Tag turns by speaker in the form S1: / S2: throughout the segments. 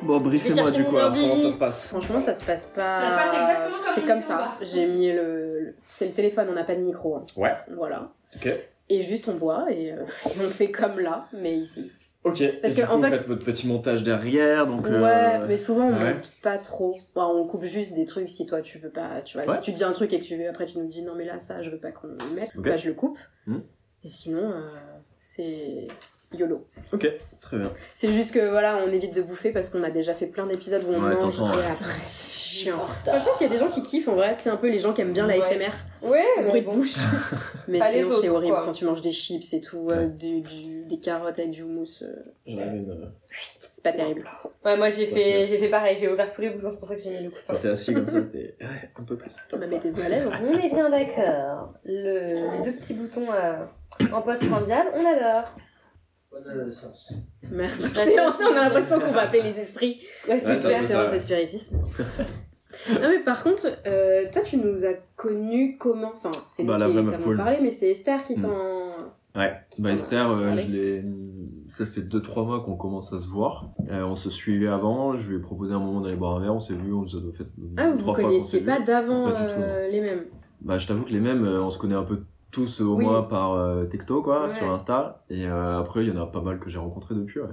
S1: Bon, briefez-moi
S2: Richard
S1: du coup, alors
S2: Simonardi.
S1: comment ça se passe
S3: Franchement, ça se passe pas.
S2: Ça se passe exactement comme
S3: C'est
S2: une
S3: comme
S2: vidéo,
S3: ça.
S2: bah.
S3: J'ai mis le. le- C'est le téléphone, on n'a pas de micro. hein.
S1: Ouais.
S3: Voilà.
S1: Ok.
S3: Et juste on boit et euh, on fait comme là, mais ici.
S1: Ok. Et
S3: Parce
S1: du
S3: que,
S1: coup,
S3: en
S1: vous
S3: fait-
S1: faites votre petit montage derrière, donc. euh,
S3: Ouais, mais souvent on
S1: ouais.
S3: coupe pas trop. Ouais, on coupe juste des trucs si toi tu veux pas. Tu vois,
S1: Ouais.
S3: si tu dis un truc et que tu veux, après tu nous dis non mais là ça je veux pas qu'on le mette,
S1: Ok.
S3: bah je le coupe.
S1: Hmm.
S3: Et sinon euh, c'est yolo.
S1: Ok. Très bien.
S3: C'est juste que voilà, on évite de bouffer parce qu'on a déjà fait plein d'épisodes où on
S1: Ouais,
S3: mange
S1: t'entends,
S3: et
S1: ouais.
S3: après c'est chiant.
S2: Mortard.
S3: Enfin, je pense qu'il y a des gens qui kiffent en vrai, c'est un peu les gens qui aiment bien la
S2: Ouais.
S3: SMR.
S2: Ouais,
S3: bruit
S2: mais
S3: de
S2: bon.
S3: bouche. Mais
S2: Pas les
S3: sinon, c'est
S2: autres,
S3: horrible
S2: quoi.
S3: quand tu manges des chips et tout, euh, du- du- des carottes avec du houmous. euh,
S1: J'en avais une. euh,
S3: c'est pas terrible.
S2: Ouais, moi
S1: Ouais.
S2: j'ai fait, j'ai fait pareil, j'ai ouvert tous les boutons, c'est pour ça que j'ai mis le
S1: Quand
S2: coussin.
S1: t'es assis comme ça, t'es. Ouais, un peu plus.
S3: Bah, mettez-vous à l'aise.
S2: On est bien d'accord. Le, les deux petits boutons euh, en poste mondial, on adore.
S3: Merde. C'est pour ça, on a l'impression qu'on va appeler les esprits.
S2: Ouais,
S1: Ouais,
S2: c'est
S1: ça
S3: C'est
S1: peut
S3: la
S2: clair.
S1: être
S3: séance de spiritisme. non, mais par contre, euh, toi, tu nous as connus comment Enfin, c'est nous
S1: Bah, la
S3: qui
S1: vraie meuf
S3: t'avons
S1: cool.
S3: parlé, mais c'est Esther
S1: Mm.
S3: qui t'en.
S1: Ouais.
S3: Qui
S1: Bah,
S3: t'en a
S1: Esther, euh,
S3: parlé
S1: je l'ai. mm, Ça fait 2-3 mois qu'on commence à se voir. Euh, on se suivait avant, je lui ai proposé un moment d'aller boire un verre, on s'est vu, on s'est fait.
S3: Ah, vous
S1: trois fois qu'on
S3: vous
S1: s'est
S3: connaissiez
S1: vu.
S3: pas d'avant
S1: Pas du tout,
S3: euh, les mêmes
S1: Bah, je t'avoue que les mêmes, euh, on se connaît un peu tous euh, au
S2: Oui.
S1: moins par euh, texto, quoi,
S3: Ouais.
S1: sur Insta. Et euh, après, il y en a pas mal que j'ai rencontrés depuis, ouais.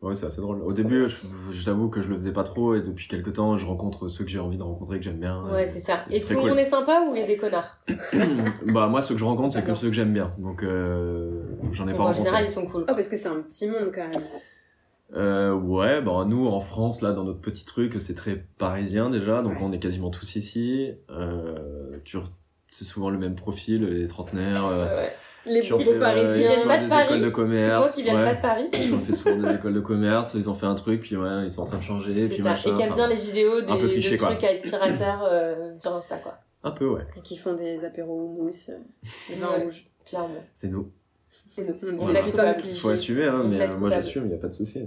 S1: Ouais, c'est assez drôle. Au début, je, je t'avoue que je le faisais pas trop, et depuis quelques temps, je rencontre ceux que j'ai envie de rencontrer, que j'aime bien.
S2: Ouais, c'est ça.
S1: C'est
S2: Et
S1: très
S2: tout le
S1: cool.
S2: monde est sympa ou il y a des connards
S1: bah, moi, ceux que je rencontre, c'est que
S3: J'adore
S1: ceux que j'aime bien. Donc, euh, j'en ai
S2: Bon,
S1: pas
S2: En
S1: rencontré.
S2: général, ils sont cool.
S3: Oh, parce que c'est un petit monde quand même.
S1: Euh, ouais, bah nous en France, là, dans notre petit truc, c'est très parisien déjà, donc
S3: Ouais.
S1: on est quasiment tous ici. Euh, tu re- c'est souvent le même profil, les trentenaires. euh,
S2: Ouais.
S3: Les
S1: Tu en
S3: beaux
S1: fais, euh,
S2: Ils
S3: parisiens.
S1: tu
S2: viennent
S1: en
S2: pas
S1: fais
S2: de
S1: des écoles
S2: Paris.
S1: de
S2: C'est
S1: commerce,
S2: moi qui viens
S1: ouais.
S2: pas de Paris.
S1: Ils ont fait souvent des écoles de commerce, ils ont fait un truc, puis ouais, ils sont en train de changer,
S2: C'est
S1: puis
S2: ça.
S1: machin.
S2: Et qui aiment
S1: enfin,
S2: bien les vidéos des,
S1: peu cliché,
S2: des
S1: quoi.
S2: trucs à aspirateur euh, sur Insta, quoi.
S1: Un peu, ouais.
S3: Et qui font des apéros houmous, euh, des vins
S2: Ouais.
S3: rouges.
S2: Clairement.
S1: C'est nous.
S2: C'est nous.
S3: On
S2: On
S1: est
S2: est la
S3: putain de
S2: coupable.
S3: cliché.
S1: Faut assumer, hein,
S2: On
S1: mais
S2: peut être
S1: euh, moi
S2: coupable.
S1: j'assume, il a pas de souci.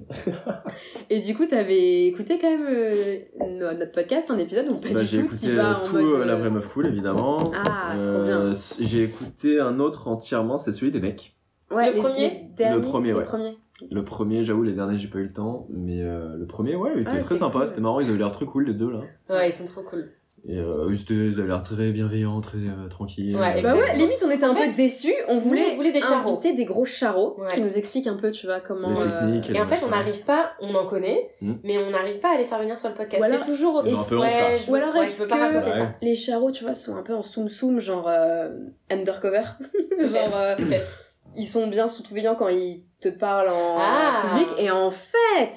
S3: Et du coup, t'avais écouté quand même euh, no- notre podcast, un épisode ou pas
S1: Bah,
S3: du
S1: j'ai
S3: tout t'y
S1: écouté
S3: vas
S1: euh,
S3: en
S1: tout
S3: mode,
S1: euh,
S3: euh,
S1: La Vraie Meuf Cool, évidemment.
S3: Ah, trop
S1: Euh,
S3: bien.
S1: s- j'ai écouté un autre entièrement, c'est celui des mecs.
S3: euh, Ouais,
S2: Le
S3: les-
S2: premier
S3: les derniers,
S1: Le premier,
S3: les
S1: ouais.
S3: premiers.
S1: Le premier, j'avoue, les derniers, j'ai pas eu le temps, mais euh, le premier, ouais, il était
S3: Ah,
S1: très
S3: c'est
S1: sympa,
S3: cool.
S1: c'était marrant, ils avaient l'air très cool, les deux, là.
S2: Ouais, ils sont trop cool.
S1: Et euh, eux deux, ils avaient l'air très bienveillants, très euh, tranquilles. Euh,
S2: Ouais,
S3: Bah
S2: Exactement.
S3: ouais, limite, on était un
S2: En fait,
S3: peu déçus. On voulait,
S2: on voulait des charros.
S3: inviter des gros charros
S2: Ouais.
S3: qui nous expliquent un peu, tu vois, comment...
S1: Les
S3: euh,
S1: techniques,
S2: Et en fait, on
S1: machin.
S2: n'arrive pas, on en connaît,
S1: Hmm.
S2: mais on n'arrive pas à les faire venir sur le podcast.
S3: Ou alors-
S2: C'est toujours au
S1: Ils ont un peu honte, quoi.
S2: ouais, je veux,
S3: Ou alors
S2: ouais, je
S3: est-ce
S2: veux pas raconter
S3: que
S1: Ouais.
S2: ça.
S3: les charros, tu vois, sont un peu en soum-soum, genre euh, undercover Genre, euh,
S2: Peut-être.
S3: ils sont bien sous touvillant quand ils te parlent en
S2: Ah.
S3: public. Et en fait...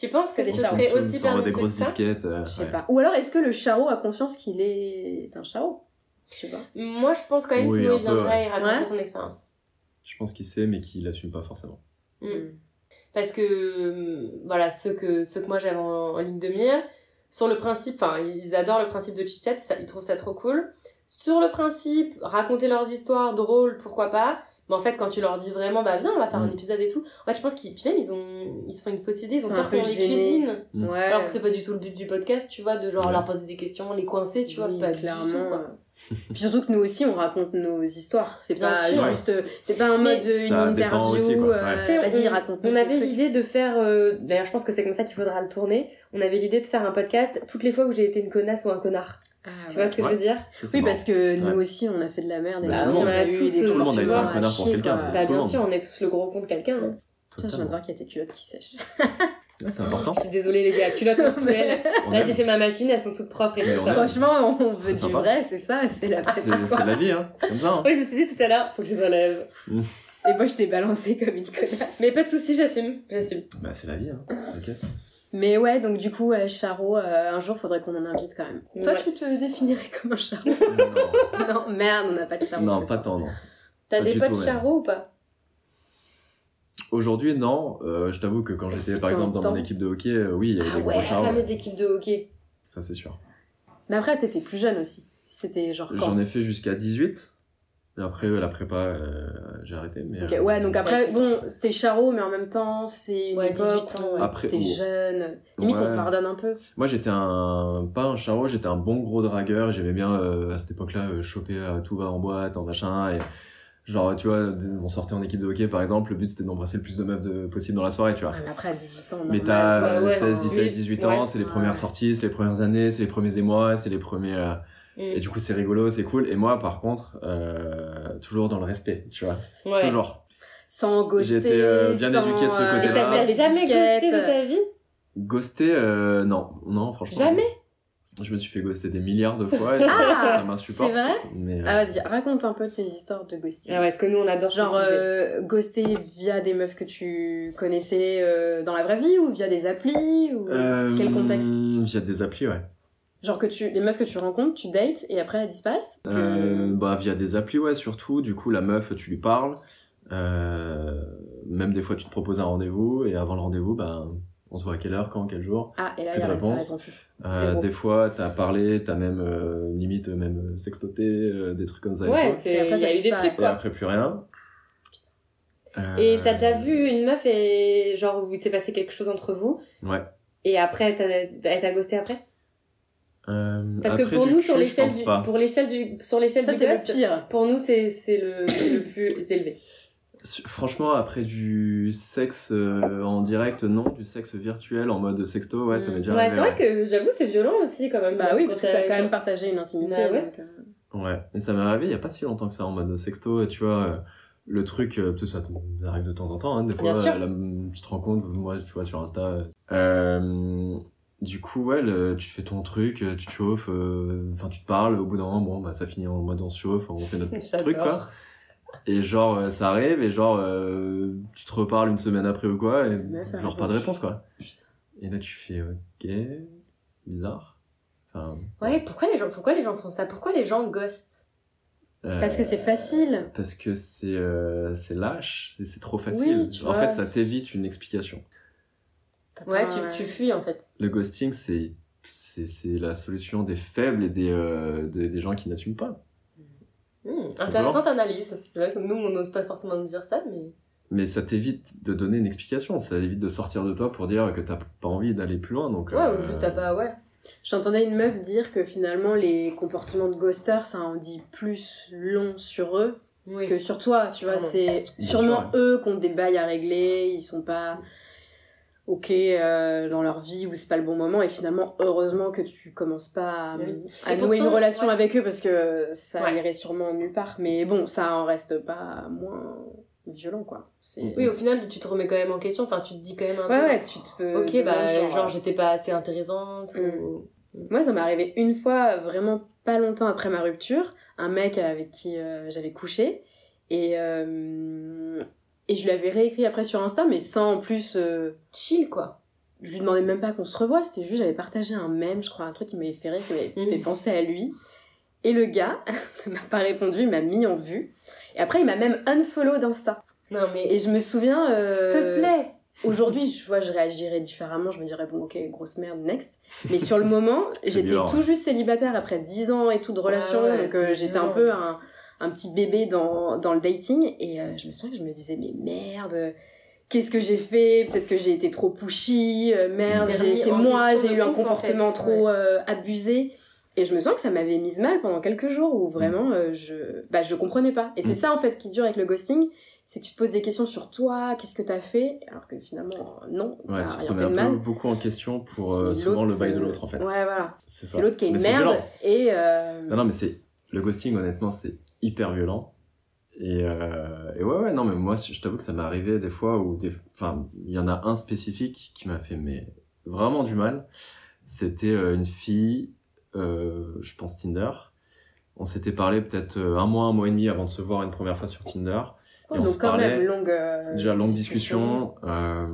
S2: Tu penses que
S3: Ils
S2: ce
S3: sont
S2: serait
S1: sous-
S2: aussi
S1: ils s'envoient des
S2: pernicieux que
S1: grosses
S2: ça
S1: disquettes. euh,
S3: Je sais
S1: ouais.
S3: pas. Ou alors, est-ce que le charreau a conscience qu'il est un charreau Je sais pas.
S2: Moi, je pense quand même
S1: Oui,
S2: sinon
S1: un
S2: il
S1: peu,
S2: viendrait et raconter
S3: Ouais.
S2: son expérience.
S1: Je pense qu'il sait, mais qu'il assume pas forcément.
S3: Mm.
S2: Hmm. Parce que, euh, voilà, ceux que, ceux que moi j'avais en, en ligne de mire, sur le principe, enfin, ils adorent le principe de chit-chat, ça- ils trouvent ça trop cool. Sur le principe, raconter leurs histoires drôles, pourquoi pas. Mais en fait, quand tu leur dis vraiment, bah viens, on va faire un
S1: Mm.
S2: épisode et tout, ouais, je pense qu'ils puis même, ils, ont, ils se font une fausse idée, ils ont
S3: sont
S2: peur
S3: un peu
S2: qu'on les
S3: gênés.
S2: cuisine.
S1: Mm.
S3: Ouais.
S2: Alors que c'est pas du tout le but du podcast, tu vois, de genre
S1: Ouais.
S2: leur poser des questions, les coincer, tu vois,
S3: Oui,
S2: pas
S3: clairement.
S2: du tout. Quoi.
S3: Puis surtout que nous aussi, on raconte nos histoires. C'est
S2: Bien
S3: pas
S2: sûr.
S3: juste. C'est pas en
S2: Mais-
S3: mode euh, une
S1: Ça détend
S3: interview.
S1: aussi, quoi.
S3: euh,
S1: Ouais.
S2: Tu sais,
S3: Vas-y,
S2: on-
S3: raconte.
S2: On avait l'idée de faire, euh, d'ailleurs je pense que c'est comme ça qu'il faudra le tourner, on avait l'idée de faire un podcast toutes les fois où j'ai été une connasse ou un connard.
S3: Ah,
S2: Tu vois ce que
S1: Ouais.
S2: je veux dire
S1: Ça, c'est
S3: Oui,
S1: marrant.
S3: parce que
S1: Ouais.
S3: nous aussi, on a fait de la merde. Et
S1: Bah,
S3: nous
S2: tout
S3: aussi,
S2: le
S3: on a
S2: monde.
S3: eu des
S2: Tout le monde a été
S3: comportements
S1: un connard
S3: à
S1: pour
S3: chier,
S1: quelqu'un.
S3: quoi.
S2: Bah
S1: tout
S2: bien
S1: le
S2: sûr, on est tous le gros con de quelqu'un. hein.
S3: Putain, je viens de
S1: Totalement.
S3: voir qu'il y a tes culottes qui sèchent.
S1: Ouais, C'est important.
S2: Je suis désolée les gars, culottes menstruelles.
S1: On
S2: Là
S1: aime.
S2: j'ai fait ma machine, elles sont toutes propres et
S1: Mais
S2: tout
S1: on
S2: ça.
S1: aime.
S3: Franchement, on
S1: C'est
S3: veut du
S1: sympa.
S3: vrai, c'est ça, c'est la
S1: C'est
S3: prépa, quoi.
S1: c'est la vie, hein. C'est comme ça. hein.
S2: Oui, je me suis dit tout à l'heure, faut que je les enlève.
S3: Et moi, je t'ai balancé comme une connasse.
S2: Mais pas de soucis, j'assume, j'assume.
S1: Bah, c'est la vie, hein. Ok.
S3: Mais ouais, donc du coup, euh, Charo, euh, un jour, faudrait qu'on en invite quand même. Toi,
S2: Ouais.
S3: tu te définirais comme un Charo Non, merde, on n'a pas de Charo.
S1: Non,
S3: c'est
S1: pas
S3: ça.
S1: tant, non.
S2: T'as
S1: Pas
S2: des
S1: du
S2: potes
S1: tout, ouais.
S2: charros ou pas
S1: Aujourd'hui, non. Euh, je t'avoue que quand j'étais, par
S2: Putain,
S1: exemple, dans mon
S2: temps.
S1: équipe de hockey, euh, oui, il y avait
S2: Ah
S1: des
S2: ouais,
S1: gros
S2: la
S1: chars. ouais.
S2: fameuse équipe de hockey.
S1: Ça, c'est sûr.
S3: Mais après, t'étais plus jeune aussi. C'était genre quand
S1: J'en ai fait jusqu'à 18. Et après, la prépa, euh, j'ai arrêté. Mais,
S3: Ok,
S1: euh,
S3: ouais, donc après,
S2: Ouais.
S3: bon, t'es charot, mais en même temps, c'est une
S2: Ouais,
S3: époque
S2: 18
S3: où
S2: ans, ouais.
S1: Après,
S3: t'es
S1: bon.
S3: jeune. Limite, on
S1: Ouais.
S3: pardonne un peu.
S1: Moi, j'étais un. Pas un charreau, j'étais un bon gros dragueur. J'aimais bien, euh, à cette époque-là, euh, choper à tout va en boîte, en machin. Et genre, tu vois, on sortait en équipe de hockey, par exemple. Le but, c'était d'embrasser le plus de meufs de- possible dans la soirée, tu vois.
S3: Ouais, mais après, à 18 ans,
S1: Mais
S3: normal,
S1: t'as
S3: quoi,
S1: euh,
S3: ouais,
S1: 16,
S3: hein.
S1: 17,
S2: oui,
S1: 18
S2: ouais.
S1: ans, c'est les premières sorties, c'est les premières années, c'est les premiers émois, c'est les premiers. euh, Et
S2: Mm.
S1: du coup, c'est rigolo, c'est cool. Et moi, par contre, euh, toujours dans le respect, tu vois.
S2: Ouais.
S1: Toujours.
S3: Sans ghoster.
S1: J'étais, euh, bien
S3: sans,
S1: éduqué de ce
S3: euh,
S2: Et
S1: côté-là.
S2: t'as t'as
S3: les
S2: jamais
S3: disquettes.
S2: ghosté de ta vie
S1: Ghoster, euh, non, non, franchement.
S2: Jamais
S1: Je me suis fait ghoster des milliards de fois et ça,
S3: Ah,
S1: ça m'insupporte.
S3: c'est vrai
S1: mais, euh,
S3: Ah, vas-y, raconte un peu tes histoires de ghosting.
S2: Ah ouais, parce que nous on adore
S3: Genre,
S2: ce sujet.
S3: euh, ghoster via des meufs que tu connaissais euh, dans la vraie vie ou via des applis ou
S1: euh,
S3: quel contexte
S1: Il y a des applis, ouais.
S3: Genre que tu, les meufs que tu rencontres, tu dates et après elles disparaissent Que-
S1: Euh, bah, via des applis, ouais, surtout. Du coup, la meuf, tu lui parles. Euh, même des fois, tu te proposes un rendez-vous et avant le rendez-vous, ben, on se voit à quelle heure, quand, quel jour.
S3: Ah, et là,
S1: plus
S3: il
S1: de
S3: y a ça
S1: réponse.
S3: répond plus.
S1: Euh,
S2: Zéro.
S1: des fois, t'as parlé, t'as même euh, limite même euh, sextoté, euh, des trucs comme ça. et
S2: Ouais,
S1: tout.
S2: c'est-
S3: Et
S2: il
S3: après,
S2: y
S3: ça
S2: a eu des
S3: disparaît.
S2: trucs
S1: Et
S2: quoi.
S1: après, plus rien. Euh,
S2: Et t'as déjà vu une meuf et genre où il s'est passé quelque chose entre vous
S1: Ouais.
S2: et après elle t'a- elle t'a ghosté après
S1: Euh,
S2: Parce que
S1: après,
S2: pour
S1: du
S2: nous
S1: cul,
S2: sur
S1: je
S2: l'échelle
S1: pense
S2: du
S1: pas.
S2: pour l'échelle du sur l'échelle
S3: Ça,
S2: du
S3: c'est le
S2: ghost, euh,
S3: pire.
S2: pour nous c'est c'est le, c'est le plus élevé.
S1: Su- Franchement, après du sexe euh, en direct, non, du sexe virtuel en mode sexto, ouais, ça m'est déjà
S2: Ouais, c'est
S1: arrivé.
S2: vrai que j'avoue c'est violent aussi quand même. hein,
S3: Bah oui, parce que
S2: Quand
S3: t'as quand même partagé une intimité.
S2: Bah ouais.
S3: donc, euh,
S1: ouais. Ouais, mais ça m'est arrivé il y a pas si longtemps que ça en mode sexto, tu vois. euh, le truc, euh, tout ça t- ça arrive de temps en temps, hein, des fois,
S2: Bien sûr.
S1: euh, là, tu te rends compte, moi, tu vois, sur Insta. euh, euh, du coup, ouais, le- tu fais ton truc, euh, tu te chauffes, euh, enfin, tu te parles, au bout d'un moment, bon, bah, ça finit en mode on se chauffe, on fait notre petit
S2: J'adore.
S1: truc, quoi. Et genre, euh, ça arrive, et genre, euh, tu te reparles une semaine après ou quoi, et
S3: meuf, elle
S1: genre, pas de réponse, quoi.
S3: Putain.
S1: Et là, tu fais ok, bizarre. Enfin,
S2: Ouais, pourquoi les gens pourquoi les gens font ça Pourquoi les gens ghostent
S1: euh,
S3: Parce que c'est facile.
S1: Parce que c'est euh, c'est lâche et c'est trop facile.
S3: tu
S1: en
S3: vois.
S1: fait, ça t'évite une explication.
S3: T'as
S2: Ouais,
S3: pas-
S2: tu, tu fuis en fait.
S1: Le ghosting, c'est c'est c'est la solution des faibles et des, euh, de- des gens qui n'assument pas.
S2: Hmm,
S1: C'est
S2: intéressante analyse. C'est vrai que nous on n'ose pas forcément nous dire ça mais
S1: Mais ça t'évite de donner une explication. Ça évite de sortir de toi pour dire que t'as pas envie d'aller plus loin. Donc,
S2: ouais,
S1: euh,
S2: ou juste à pas ouais.
S3: J'entendais une meuf dire que finalement les comportements de ghosters, ça en dit plus long sur eux
S2: Oui.
S3: que sur toi. Tu vois,
S2: Pardon.
S3: c'est
S1: Bien
S3: sûrement
S1: sûr,
S3: eux qui ont des bails à régler, ils sont pas ok euh, dans leur vie ou c'est pas le bon moment. Et finalement, heureusement que tu commences pas à,
S2: Eh Oui.
S3: à
S2: Et
S3: nouer
S2: pourtant,
S3: une relation
S2: ouais.
S3: avec eux parce que ça
S2: Ouais.
S3: irait sûrement nulle part. Mais bon, ça en reste pas moins violent quoi. C'est-
S1: Mm.
S2: Oui, au final, tu te remets quand même en question. Enfin, tu te dis quand même un
S3: Ouais,
S2: peu.
S3: ouais, tu te peux.
S2: Ok,
S3: demander,
S2: bah, genre,
S3: euh,
S2: j'étais pas assez intéressante. Ou...
S3: Moi, ça m'est arrivé une fois, vraiment pas longtemps après ma rupture, un mec avec qui euh, j'avais couché. Et, euh, et je lui avais réécrit après sur Insta, mais sans en plus. euh,
S2: Chill, quoi.
S3: je lui demandais même pas qu'on se revoie, c'était juste j'avais partagé un mème, je crois, un truc qui m'avait fait rire, qui m'avait
S2: Mhm.
S3: fait penser à lui. Et le gars ne m'a pas répondu, il m'a mis en vue. Et après, il m'a même unfollow d'Insta.
S2: Non, mais.
S3: Et je me souviens.
S2: S'il
S3: euh,
S2: te plaît.
S3: Aujourd'hui, je vois, je réagirais différemment, je me dirais bon, ok, grosse merde, next. Mais sur le moment,
S1: C'est
S3: j'étais
S1: violent,
S3: tout juste célibataire après 10 ans et tout de relation,
S2: Ouais, ouais,
S3: donc euh,
S2: c'est
S3: j'étais un
S2: violent.
S3: peu un, un petit bébé dans, dans le dating. Et euh, je me souviens que je me disais, mais merde, euh, qu'est-ce que j'ai fait Peut-être que j'ai été trop pushy, euh, merde,
S2: Tu t'es
S3: j'ai-
S2: remis
S3: c'est
S2: en
S3: moi,
S2: question
S3: j'ai
S2: de
S3: eu un
S2: ouf, en
S3: comportement
S2: fait,
S3: trop euh, abusé. Et je me souviens que ça m'avait mise mal pendant quelques jours où vraiment euh, je bah, je comprenais pas. Et c'est
S1: Mm.
S3: ça en fait qui dure avec le ghosting, c'est que tu te poses des questions sur toi, qu'est-ce que t'as fait, alors que finalement, euh, non,
S1: Ouais,
S3: t'as
S1: tu te remets
S3: rien fait
S1: un
S3: de
S1: peu
S3: mal.
S1: beaucoup en question pour
S3: C'est
S1: euh, souvent le
S3: l'autre,
S1: bail de
S3: euh,
S1: l'autre, en fait.
S3: Ouais, voilà.
S1: ça.
S3: C'est l'autre qui est
S1: Mais
S3: une
S1: c'est
S3: merde.
S1: violent.
S3: Et. euh,
S1: Non, non, mais c'est. Le ghosting, honnêtement, c'est hyper violent. Et, euh, et ouais, ouais, non, mais moi, je t'avoue que ça m'est arrivé des fois où. Des, enfin, il y en a un spécifique qui m'a fait mais, vraiment du mal. C'était euh, une fille, euh, je pense Tinder. On s'était parlé peut-être euh, un mois, un mois et demi avant de se voir une première fois sur Tinder.
S3: bon,
S1: Et on
S3: donc,
S1: se
S3: quand même,
S1: parlait.
S3: longue. euh,
S1: Déjà, longue discussion. euh,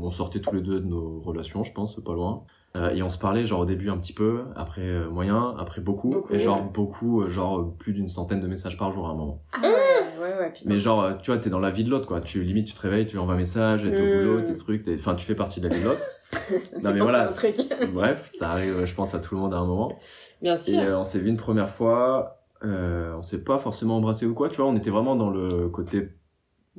S1: on sortait tous les deux de nos relations, je pense, pas loin. Euh, et on se parlait, genre au début un petit peu, après euh, moyen, après beaucoup.
S3: Beaucoup,
S1: et genre
S3: ouais.
S1: beaucoup, euh, genre euh, plus d'une centaine de messages par jour à un moment.
S3: Ah, ouais, ouais, ouais. ouais, putain.
S1: Mais genre, euh, tu vois, t'es dans la vie de l'autre, quoi. Tu limite, tu te réveilles, tu envoies un message, t'es
S3: Mm.
S1: au boulot, tes trucs, t'es- enfin, tu fais partie de la vie de l'autre.
S3: Ça me
S1: non
S3: fait
S1: mais
S3: penser à
S1: voilà.
S3: un truc.
S1: c'est- Bref, ça arrive, je pense à tout le monde à un moment.
S3: Bien
S1: Et
S3: sûr.
S1: euh, on s'est vu une première fois. Euh, on s'est pas forcément embrassé ou quoi, tu vois. On était vraiment dans le côté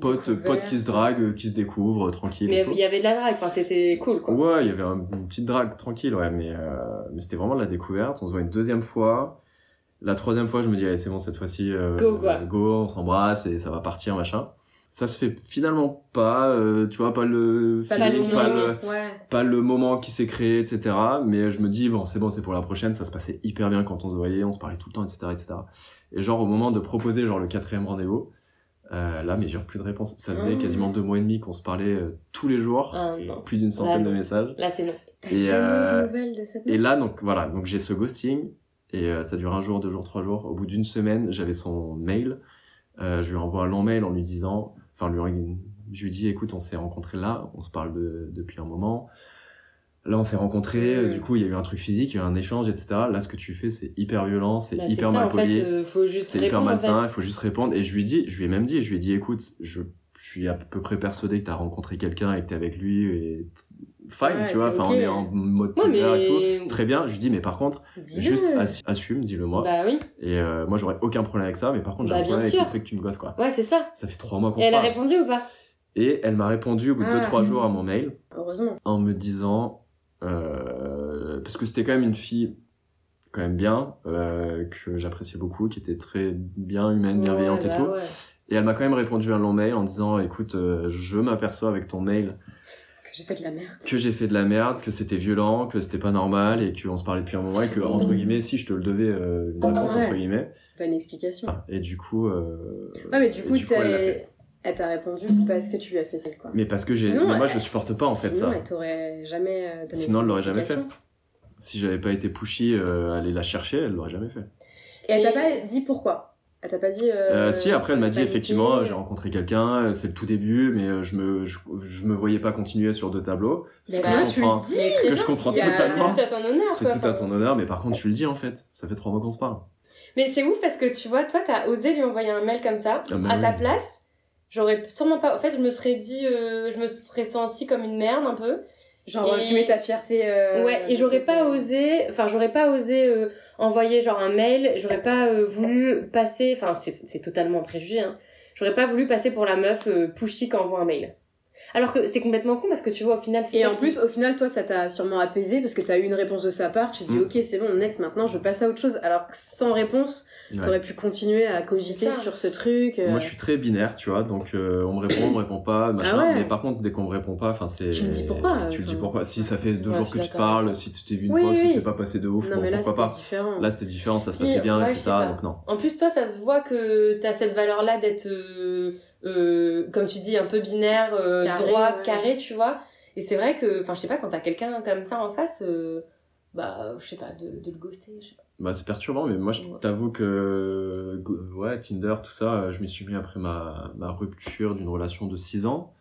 S1: pote,
S3: Découvert.
S1: pote qui se drague, euh, qui se découvre, euh, tranquille. et
S2: Mais
S1: tout.
S2: il y avait de la drague, enfin, c'était cool, quoi.
S1: Ouais, il y avait un- une petite drague tranquille, ouais, mais, euh, mais c'était vraiment de la découverte. On se voit une deuxième fois. La troisième fois, je me dis, allez, c'est bon, cette fois-ci, euh,
S2: Go, quoi.
S1: go, on s'embrasse et ça va partir, machin. Ça se fait finalement pas, euh, tu vois, pas le
S3: Pas
S1: feeling,
S3: le
S1: pas,
S3: moment.
S1: le,
S2: Ouais.
S1: pas le moment qui s'est créé, etc. Mais je me dis, bon, c'est bon, c'est pour la prochaine, ça se passait hyper bien quand on se voyait, on se parlait tout le temps, etc. etc. Et genre, au moment de proposer, genre, le quatrième rendez-vous, euh, là, mais j'ai plus de réponse. Ça faisait
S2: Mm.
S1: quasiment deux mois et demi qu'on se parlait euh, tous les jours,
S2: Ah, non.
S1: plus d'une centaine
S2: Vraiment.
S1: de messages.
S2: Là, c'est non.
S3: T'as
S1: Et,
S3: jamais
S1: euh,
S3: eu de nouvelles de cette
S1: Et
S3: meuf
S1: là, donc voilà, donc j'ai ce ghosting et euh, ça dure un jour, deux jours, trois jours. Au bout d'une semaine, j'avais son mail. Euh, je lui envoie un long mail en lui disant, enfin, lui, je lui dis, écoute, on s'est rencontrés là, on se parle de- depuis un moment. Là, on s'est rencontrés, euh,
S2: Mm.
S1: du coup, il y a eu un truc physique, il y a eu un échange, etc. Là, ce que tu fais, c'est hyper violent, c'est
S2: Bah, c'est
S1: hyper
S2: ça,
S1: mal
S2: en fait,
S1: poli,
S2: euh, faut juste
S1: c'est hyper
S2: répondre, en fait.
S1: malsain, il faut juste répondre. Et je lui dis, je lui ai même dit, je lui ai dit, écoute, je, je suis à peu près persuadé que t'as rencontré quelqu'un et que t'es avec lui et fine,
S3: Ouais,
S1: tu vois,
S3: c'est
S1: enfin,
S3: ok.
S1: on est en mode
S2: Ouais,
S1: Tinder et tout.
S2: mais...
S1: Très bien, je lui dis, mais par contre,
S3: Dis-le.
S1: juste assu- assume, dis-le moi.
S2: Bah oui.
S1: Et euh, moi, j'aurais aucun problème avec ça, mais par contre, j'ai
S2: Bah,
S1: un problème
S2: bien
S1: avec
S2: sûr.
S1: le fait que tu me gosses, quoi.
S2: Ouais, c'est ça.
S1: Ça fait trois mois qu'on
S2: Et
S1: se
S2: elle a
S1: parle.
S2: répondu ou pas
S1: Et elle m'a répondu au bout de
S3: Ah.
S1: deux, trois jours à mon mail
S3: Heureusement.
S1: en me disant, euh, parce que c'était quand même une fille quand même bien, euh, que j'appréciais beaucoup, qui était très bien humaine, bienveillante
S3: Oh
S2: Ouais,
S1: et
S2: bah
S1: tout.
S2: ouais.
S1: Et elle m'a quand même répondu un long mail en disant, écoute, euh, je m'aperçois avec ton mail
S3: Que j'ai fait de la merde.
S1: que j'ai fait de la merde, que c'était violent, que c'était pas normal et qu'on se parlait depuis un moment et que, entre guillemets, si je te le devais, euh, une réponse,
S3: Ouais.
S1: entre guillemets.
S3: Bonne explication.
S1: Ah, Et du coup. euh,
S3: Ouais, mais du
S1: et
S3: coup, t'as-
S1: elle l'a fait.
S3: elle, t'a répondu parce que tu lui as fait ça, quoi.
S1: Mais parce que j'ai.
S3: Sinon,
S1: mais moi,
S3: elle-
S1: je supporte pas en fait
S3: Sinon,
S1: ça.
S3: elle t'aurait jamais euh, donné
S1: Sinon, elle l'aurait jamais
S3: d'explication.
S1: Si j'avais pas été pushy, euh, aller la chercher, elle l'aurait jamais fait.
S3: Et elle t'a
S2: Et-
S3: pas dit pourquoi Elle t'a pas dit.
S1: Euh,
S3: euh,
S1: si, après, elle m'a dit
S3: paniqué
S1: effectivement, euh, j'ai rencontré quelqu'un, euh, c'est le tout début, mais euh, je me, je, je me voyais pas continuer sur deux tableaux. Ce
S3: Mais
S1: que
S3: voilà,
S1: je
S3: euh, bah, tu
S1: comprends.
S3: le dis.
S2: Mais
S1: Ce
S2: très
S1: que je
S2: bien.
S1: comprends
S3: il y a-
S1: totalement.
S2: C'est tout à ton honneur,
S1: C'est
S2: quoi.
S1: tout à ton honneur, mais par contre, tu le dis en fait. Ça fait trois mois qu'on se parle.
S2: Mais c'est ouf parce que tu vois, toi, t'as osé lui envoyer un mail comme ça,
S1: Ah bah
S2: à ta
S1: oui.
S2: place. J'aurais sûrement pas. En fait, je me serais dit. euh, je me serais sentie comme une merde un peu.
S3: Genre,
S2: Et-
S3: tu mets ta fierté. euh,
S2: ouais,
S3: de
S2: et j'aurais
S3: côté.
S2: pas osé. Enfin, j'aurais pas osé euh, envoyer genre un mail. J'aurais pas euh, voulu passer. Enfin, c'est c'est totalement un préjugé. Hein. J'aurais pas voulu passer pour la meuf euh, pushy qui envoie un mail. Alors que c'est complètement con parce que tu vois, au final, c'est.
S3: Et
S2: ça
S3: en
S2: qui-
S3: plus, au final, toi, ça t'a sûrement apaisé parce que t'as eu une réponse de sa part. Tu te dis,
S1: Mm.
S3: ok, c'est bon, next, maintenant, je passe à autre chose. Alors que sans réponse,
S1: Ouais.
S3: t'aurais pu continuer à cogiter
S2: C'est ça.
S3: sur ce truc. euh,
S1: Moi, je suis très binaire, tu vois. Donc, euh, on me répond, on me répond pas, machin.
S3: Ah ouais.
S1: Mais par contre, dès qu'on me répond pas, enfin, c'est.
S3: Tu me dis pourquoi,
S1: Tu le dis
S3: enfin.
S1: pourquoi. Si ça fait deux
S2: Ouais, je
S1: jours
S2: suis
S1: que tu
S2: d'accord avec toi.
S1: parles, si tu t'es vu une
S3: Oui,
S1: fois,
S3: oui.
S1: si c'est pas passé de ouf,
S3: Non,
S1: bon,
S3: mais là,
S1: pourquoi
S3: c'était
S1: pas.
S3: différent.
S1: Là, c'était différent, ça se
S2: Si,
S1: passait bien,
S2: ouais, je sais
S1: etc.
S2: pas.
S1: Donc, non.
S2: En plus, toi, ça se voit que t'as cette valeur-là d'être, euh, euh, comme tu dis, un peu binaire, euh,
S3: Carré,
S2: droit,
S3: ouais.
S2: carré, tu vois. Et c'est vrai que, enfin, je sais pas, quand t'as quelqu'un comme ça en face, euh, bah, je sais pas, de, de le ghoster, je sais pas.
S1: Bah, c'est perturbant, mais moi, je
S2: Ouais.
S1: t'avoue que. go- Ouais, Tinder, tout ça, euh, je m'y suis mis après ma, ma rupture d'une relation de 6 ans.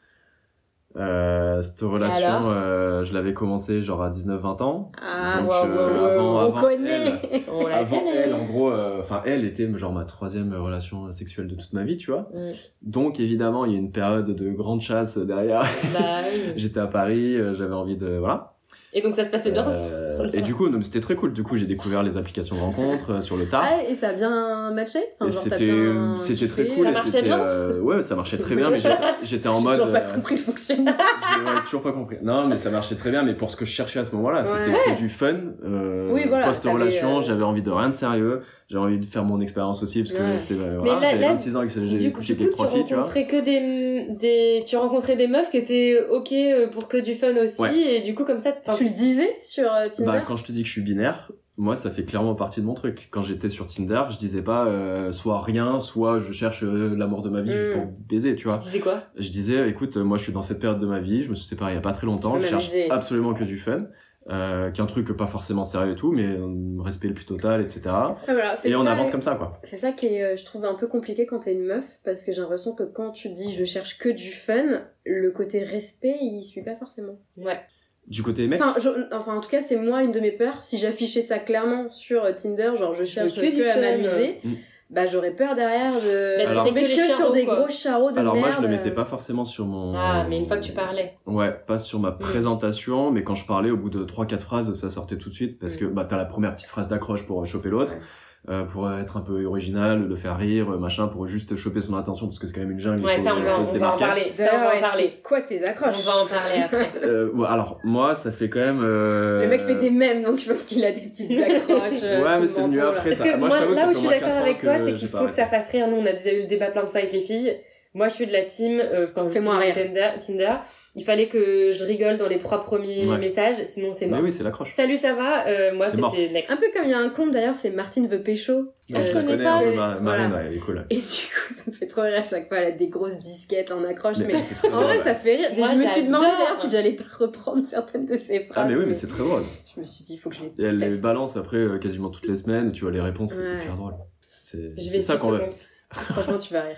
S1: Euh, cette relation,
S2: alors
S1: euh, je l'avais commencée genre à 19-20 ans.
S3: Ah,
S1: Donc,
S2: waouh,
S1: euh,
S2: waouh,
S1: avant-
S3: on
S1: avant
S3: connaît
S2: On la
S1: Avant
S2: connaît.
S1: elle, en gros, euh, enfin, elle était genre ma troisième relation sexuelle de toute ma vie, tu vois.
S2: Mm.
S1: Donc évidemment, il y a une période de grande chasse derrière.
S2: Bah oui.
S1: J'étais à Paris, euh, j'avais envie de voilà.
S2: Et donc ça se passait bien.
S1: Euh, et du coup, non, mais c'était très cool. Du coup, j'ai découvert les applications de rencontres euh, sur le tard.
S3: Ah, et ça a bien matché Enfin,
S1: Et
S3: genre, t'as
S1: c'était euh,
S3: bien
S1: c'était très
S3: kiffé
S1: cool
S2: Ça
S1: et
S2: marchait
S1: c'était
S2: bien
S1: euh, ouais ça marchait très bien mais j'étais j'étais en
S3: J'ai
S1: mode
S3: toujours pas
S1: euh,
S3: compris le fonctionnement.
S1: j'ai ouais, toujours pas compris non mais ça marchait très bien mais pour ce que je cherchais à ce moment-là c'était
S3: Ouais.
S1: que du fun euh,
S3: Oui, voilà,
S1: post relation
S3: t'avais, euh,
S1: j'avais envie de rien de sérieux j'avais envie de faire mon expérience aussi parce que
S3: Ouais.
S1: c'était euh,
S2: Mais
S1: voilà,
S2: là-
S1: j'avais
S2: là,
S1: 26 ans et que j'ai
S2: Du coup,
S1: couché avec
S2: du coup, tu
S1: trois filles tu vois
S2: rencontrais que des, des, tu rencontrais des meufs qui étaient ok euh, pour que du fun aussi,
S1: Ouais.
S2: et du coup comme ça, enfin,
S3: tu le disais sur euh, Tinder
S1: Bah, quand je te dis que je suis binaire, moi, ça fait clairement partie de mon truc. Quand j'étais sur Tinder, je disais pas euh, soit rien, soit je cherche euh, l'amour de ma vie juste
S3: Mm.
S1: pour baiser, tu
S2: tu
S1: vois.
S2: disais quoi
S1: Je disais, écoute, euh, moi, je suis dans cette période de ma vie, je me suis séparé il y a pas très longtemps,
S3: Je
S1: je
S3: peux
S1: cherche
S3: m'amuser.
S1: absolument que du fun, euh, qu'un truc pas forcément sérieux et tout, mais euh, respect le plus total, etc.
S3: Ah, voilà, c'est
S1: Et on
S3: ça,
S1: avance comme ça, quoi.
S3: C'est ça qui est, euh, je trouve, un peu compliqué quand t'es une meuf, parce que j'ai l'impression que quand tu dis je cherche que du fun, le côté respect, il suit pas forcément.
S2: Ouais.
S1: Du côté mec,
S3: Enfin, je- enfin en tout cas, c'est moi une de mes peurs. Si j'affichais ça clairement sur euh, Tinder, genre je cherche
S2: que
S3: que,
S2: du
S3: à
S2: fun.
S3: m'amuser,
S1: Mm.
S3: bah j'aurais peur derrière de
S2: Bah,
S1: tu fais
S3: tomber
S2: que les
S3: sur
S2: charros,
S3: des
S2: quoi.
S3: gros charreaux de
S1: Alors
S3: merde.
S1: moi, je le mettais pas forcément sur mon.
S2: euh. Ah, mais une fois que tu Mm. parlais.
S1: Ouais, pas sur ma présentation, mais quand je parlais, au bout de 3-4 phrases, ça sortait tout de suite
S2: Mm.
S1: parce que bah, t'as la première petite phrase d'accroche pour euh, choper l'autre,
S3: Ouais.
S1: euh, pour être un peu original, le faire rire, euh, machin, pour juste choper son attention parce que c'est quand même une jungle. il
S2: Ouais,
S1: faut-
S2: ça, on
S1: faut
S2: va, on
S1: se
S2: va en
S1: démarquer.
S2: parler. Ça, on
S3: D'ailleurs,
S2: va en
S3: ouais,
S2: parler.
S3: c'est quoi tes
S2: On
S3: accroches
S2: va en parler après.
S1: Euh, ouais, alors, moi, ça fait quand même. euh,
S3: Le mec fait des mèmes, donc je pense qu'il a des petites accroches. euh,
S1: Ouais, mais
S3: sous
S1: c'est
S3: le
S1: venu
S3: menton, là.
S1: après.
S2: Parce
S1: ça.
S2: que
S1: Moi,
S2: moi,
S1: je t'avoue que ça
S2: là où
S1: fait
S2: je
S1: au
S2: suis
S1: moins
S2: d'accord
S1: quatre
S2: avec
S1: ans
S2: toi,
S1: que
S2: c'est
S1: j'ai
S2: qu'il
S1: pas
S2: faut que ça fasse rire. Nous, on a déjà eu le débat plein de fois avec les filles. Moi, je suis de la team, euh, quand
S3: Fais-moi
S2: j'utilise Tinder, Tinder, il fallait que je rigole dans les trois premiers
S1: Ouais.
S2: messages, sinon c'est
S1: Mais
S2: mort.
S1: oui, c'est l'accroche.
S2: Salut, ça va Euh, Moi,
S1: C'est mort.
S2: c'était next.
S3: Un peu comme il y a un conte d'ailleurs, c'est Martine veut pécho.
S2: Ah, je
S1: la
S2: connais pas,
S1: ouais,
S3: mais-
S1: bah, Ma- Marine,
S3: voilà.
S1: ouais, elle est cool.
S3: Et du coup, ça me fait trop rire à chaque fois, elle a des grosses disquettes en accroche. Mais,
S1: c'est très
S3: en vrai,
S1: drôle.
S3: ça fait rire. Et
S2: Moi,
S3: je me suis demandé
S2: j'adore.
S3: d'ailleurs si j'allais pas reprendre certaines de ses phrases.
S1: Ah, mais oui, mais c'est très drôle.
S3: Je me suis dit, il faut que je les
S1: Et elle les
S3: teste.
S1: balance après euh, quasiment toutes les semaines, et tu vois les réponses, c'est
S3: Ouais.
S1: hyper drôle. C'est
S2: Je
S1: c'est
S2: vais
S1: ça
S2: suivre
S1: qu'on
S2: ce
S1: veut.
S2: compte.
S3: Franchement, tu vas rire.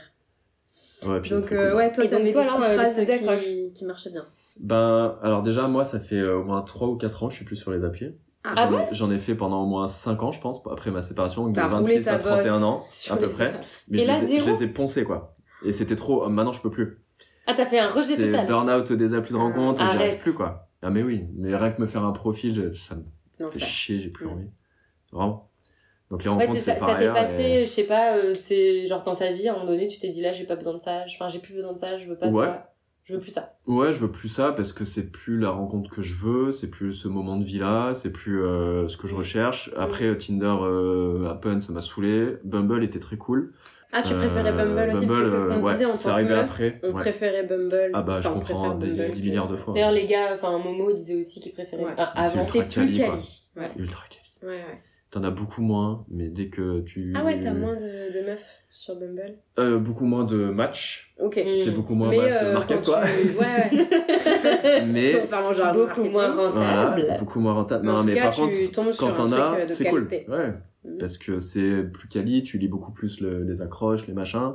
S1: Ouais, puis il est
S3: Donc,
S1: très
S3: euh,
S1: cool.
S3: ouais, toi,
S2: Et
S3: t'as
S2: donc,
S3: des
S2: toi,
S3: petites
S2: alors, euh,
S3: phrases
S2: des
S3: qui,
S2: accroches.
S3: qui marchaient bien.
S1: Ben, alors déjà, moi, ça fait euh, au moins 3 ou 4 ans, je suis plus sur les applis.
S2: Ah
S1: J'en ai- J'en ai fait pendant au moins 5 ans, je pense, après ma séparation, de
S3: T'as roulé
S1: 26
S3: ta
S1: à 31
S3: bosse
S1: ans,
S3: sur
S1: à peu
S3: les
S1: près.
S3: applis.
S1: Mais
S2: Et
S1: je,
S2: là,
S1: les ai, je
S2: zéro
S1: les ai poncés, quoi. Et c'était trop. euh, Maintenant, je peux plus.
S2: Ah, t'as fait un rejet
S1: C'est
S2: total.
S1: burn-out des applis de
S3: Ah,
S1: rencontre, j'y arrive
S2: arrête.
S1: plus, quoi. Ah, mais oui, mais rien que me faire un profil, je- ça me
S3: Non,
S1: fait
S3: ça.
S1: chier, j'ai plus
S3: Mm.
S1: envie. Vraiment. Donc, les
S2: Ouais, c'est
S1: rencontres,
S2: ça
S1: c'est
S2: ça
S1: par
S2: t'est
S1: ailleurs.
S2: passé,
S1: et-
S2: je sais pas, euh, c'est genre dans ta vie, à un moment donné, tu t'es dit là, j'ai pas besoin de ça, je- enfin, j'ai plus besoin de ça, je veux pas
S1: Ouais.
S2: ça, je veux plus ça.
S1: Ouais, je veux plus ça parce que c'est plus la rencontre que je veux, c'est plus ce moment de vie là, c'est plus euh, ce que je recherche.
S3: Mm.
S1: Après euh, Tinder, euh, Happen, ça m'a saoulé. Bumble était très cool.
S3: Ah, tu préférais
S1: Euh,
S3: Bumble aussi Parce que c'est ce
S1: euh,
S3: qu'on
S1: ouais,
S3: disait en
S1: c'est
S3: tant que
S1: arrivé
S3: meuf.
S1: après.
S3: On
S1: ouais.
S3: préférait Bumble.
S1: Ah bah je
S3: Enfin, on
S1: comprends
S3: préfère
S1: des,
S3: Bumble
S1: dix
S3: que-
S1: milliards de fois.
S2: D'ailleurs, les gars, enfin, Momo disait aussi qu'il préférait.
S3: Ouais.
S2: Ah,
S1: C'est
S2: avant.
S1: ultra
S3: C'est plus
S1: quali, quoi.
S3: quali. Ouais,
S1: Ultra quali.
S3: ouais, ouais.
S1: T'en as beaucoup moins, mais dès que tu
S3: Ah ouais, t'as moins de, de meufs sur Bumble.
S1: Euh, beaucoup moins de matchs,
S3: Ok.
S2: Mm.
S1: c'est beaucoup moins
S3: Mais,
S1: mass
S3: euh,
S1: market
S3: quand
S1: quoi.
S3: tu- Ouais, ouais. Si
S1: mais
S3: on parle en jargon
S2: Beaucoup
S3: marketing.
S2: moins rentable.
S1: voilà, beaucoup moins rentable.
S3: Mais en
S1: non
S3: tout
S1: mais
S3: cas,
S1: par
S3: tu
S1: contre
S3: tombes sur
S1: quand
S3: un
S1: t'en
S3: truc,
S1: as,
S3: euh, de
S1: c'est cool.
S3: qualité.
S1: Ouais.
S3: Mhm.
S1: Parce que c'est plus quali, tu lis beaucoup plus le- les accroches, les machins.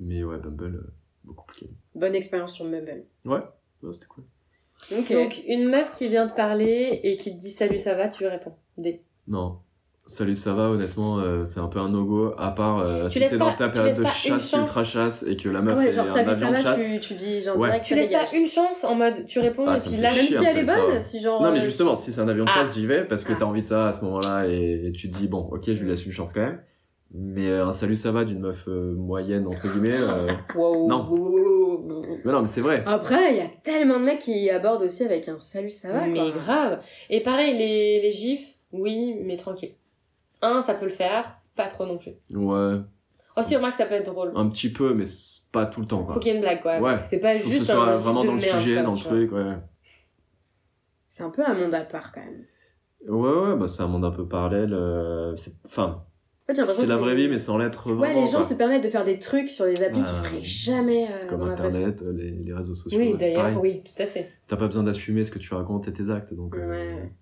S1: Mais ouais, Bumble, euh, beaucoup plus quali.
S3: Bonne expérience sur Bumble.
S1: Ouais, c'était cool.
S3: Ok.
S2: Donc, une meuf qui vient te parler et qui te dit salut, ça va, tu lui réponds. D.
S1: Non. Salut, ça va, honnêtement, euh, c'est un peu un no-go, à part euh,
S2: Tu
S1: si
S2: laisses
S1: t'es
S2: pas-
S1: dans ta
S2: tu
S1: période
S2: laisses
S1: de
S2: pas une
S1: chasse,
S2: chance.
S1: ultra chasse, et que la meuf
S3: Ah ouais,
S1: est
S3: genre,
S1: un
S3: salut,
S1: avion
S3: ça
S1: de
S3: va,
S1: chasse.
S3: tu, tu dis genre
S1: Ouais.
S3: direct,
S2: Tu
S3: ça
S2: laisses pas
S3: dégage.
S2: une chance en mode tu réponds
S1: Ah,
S2: et
S1: ça
S2: puis
S1: me
S2: là,
S1: fait
S3: Même
S1: chier,
S3: si
S1: hein,
S3: elle est
S1: ça, ça.
S3: bonne, si genre.
S1: Non, mais
S3: euh,
S1: justement, si c'est un avion de
S2: Ah.
S1: chasse, j'y vais, parce que
S3: Ah.
S1: t'as envie de ça à ce moment-là, et tu te dis, bon, ok, je lui laisse une chance quand même. Mais euh, un salut, ça va d'une meuf euh, moyenne, entre guillemets. euh,
S2: Wow.
S1: Non. Mais non, mais c'est vrai.
S3: Après, il y a tellement de mecs qui abordent aussi avec un salut, ça va.
S2: mais
S3: Ah quoi.
S2: grave. Et pareil, les, les gifs, oui, mais tranquille. Un, ça peut le faire, pas trop non plus.
S1: Ouais,
S2: Oh, si, remarque, ça peut être drôle.
S1: euh, un petit peu, mais c'est pas tout le temps, quoi.
S2: Faut qu'il y ait une blague, quoi.
S1: Ouais.
S2: C'est pas
S1: Faut que
S2: juste
S1: ce
S2: un
S1: soit
S2: gif
S1: vraiment
S2: de
S1: dans le
S2: merde,
S1: sujet,
S2: quoi,
S1: dans le
S2: tu vois.
S1: truc, ouais.
S3: C'est un peu un monde à part quand même.
S1: Ouais, ouais, bah c'est un monde un peu parallèle. euh, c'est- Enfin,
S3: En fait, j'ai l'impression
S1: c'est la
S3: que
S1: vraie
S3: les-
S1: vie, mais sans l'être vraiment.
S3: Ouais, les gens
S1: quoi.
S3: se permettent de faire des trucs sur les applis qu'ils
S1: Ouais.
S3: feraient jamais. euh,
S1: C'est comme
S3: dans la vraie vie.
S1: Internet, euh, les, les réseaux sociaux,
S2: Oui,
S1: bah, c'est pareil.
S2: d'ailleurs, oui, tout à fait.
S1: T'as pas besoin d'assumer ce que tu racontes et tes actes, donc, euh,
S3: Ouais.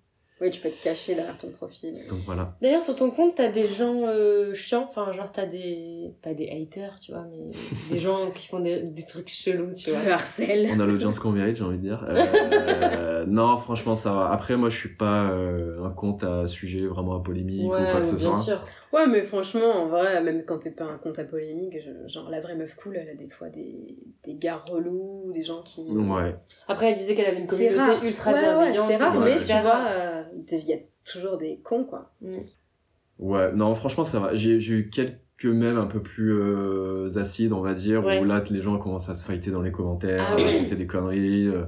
S3: Oui, tu peux te cacher derrière ton profil.
S1: donc voilà.
S2: D'ailleurs, sur ton compte, t'as des gens euh, chiants, enfin, genre, t'as des. pas des haters, tu vois, mais des gens qui font des, des trucs chelous, tu
S3: Tu
S2: vois.
S3: te harcèles.
S1: On a l'audience qu'on mérite, j'ai envie de dire. Euh, non, franchement, ça va. Après, moi, je suis pas euh, un compte à sujet vraiment à polémique ou quoi que ce
S2: bien
S1: soit.
S2: sûr.
S3: Ouais, mais franchement, en vrai, même quand t'es pas un compte à polémique, je- genre la vraie meuf cool, elle a des fois des, des gars relous, des gens qui.
S1: Ouais.
S2: Après, elle disait qu'elle avait une
S3: C'est rare.
S2: communauté ultra
S3: Ouais, ouais,
S2: bienveillante.
S3: c'est rare,
S1: Ouais,
S3: mais
S1: c'est
S3: tu
S2: super
S3: vois,
S2: rare.
S3: euh, il y a toujours des cons, quoi.
S1: Ouais, non, franchement, ça va. J'ai j'ai eu quelques mèmes un peu plus euh, acides, on va dire,
S2: Ouais.
S1: où là, les gens commencent à se fighter dans les commentaires,
S2: Ah
S1: à
S2: ouais.
S1: raconter des conneries. euh,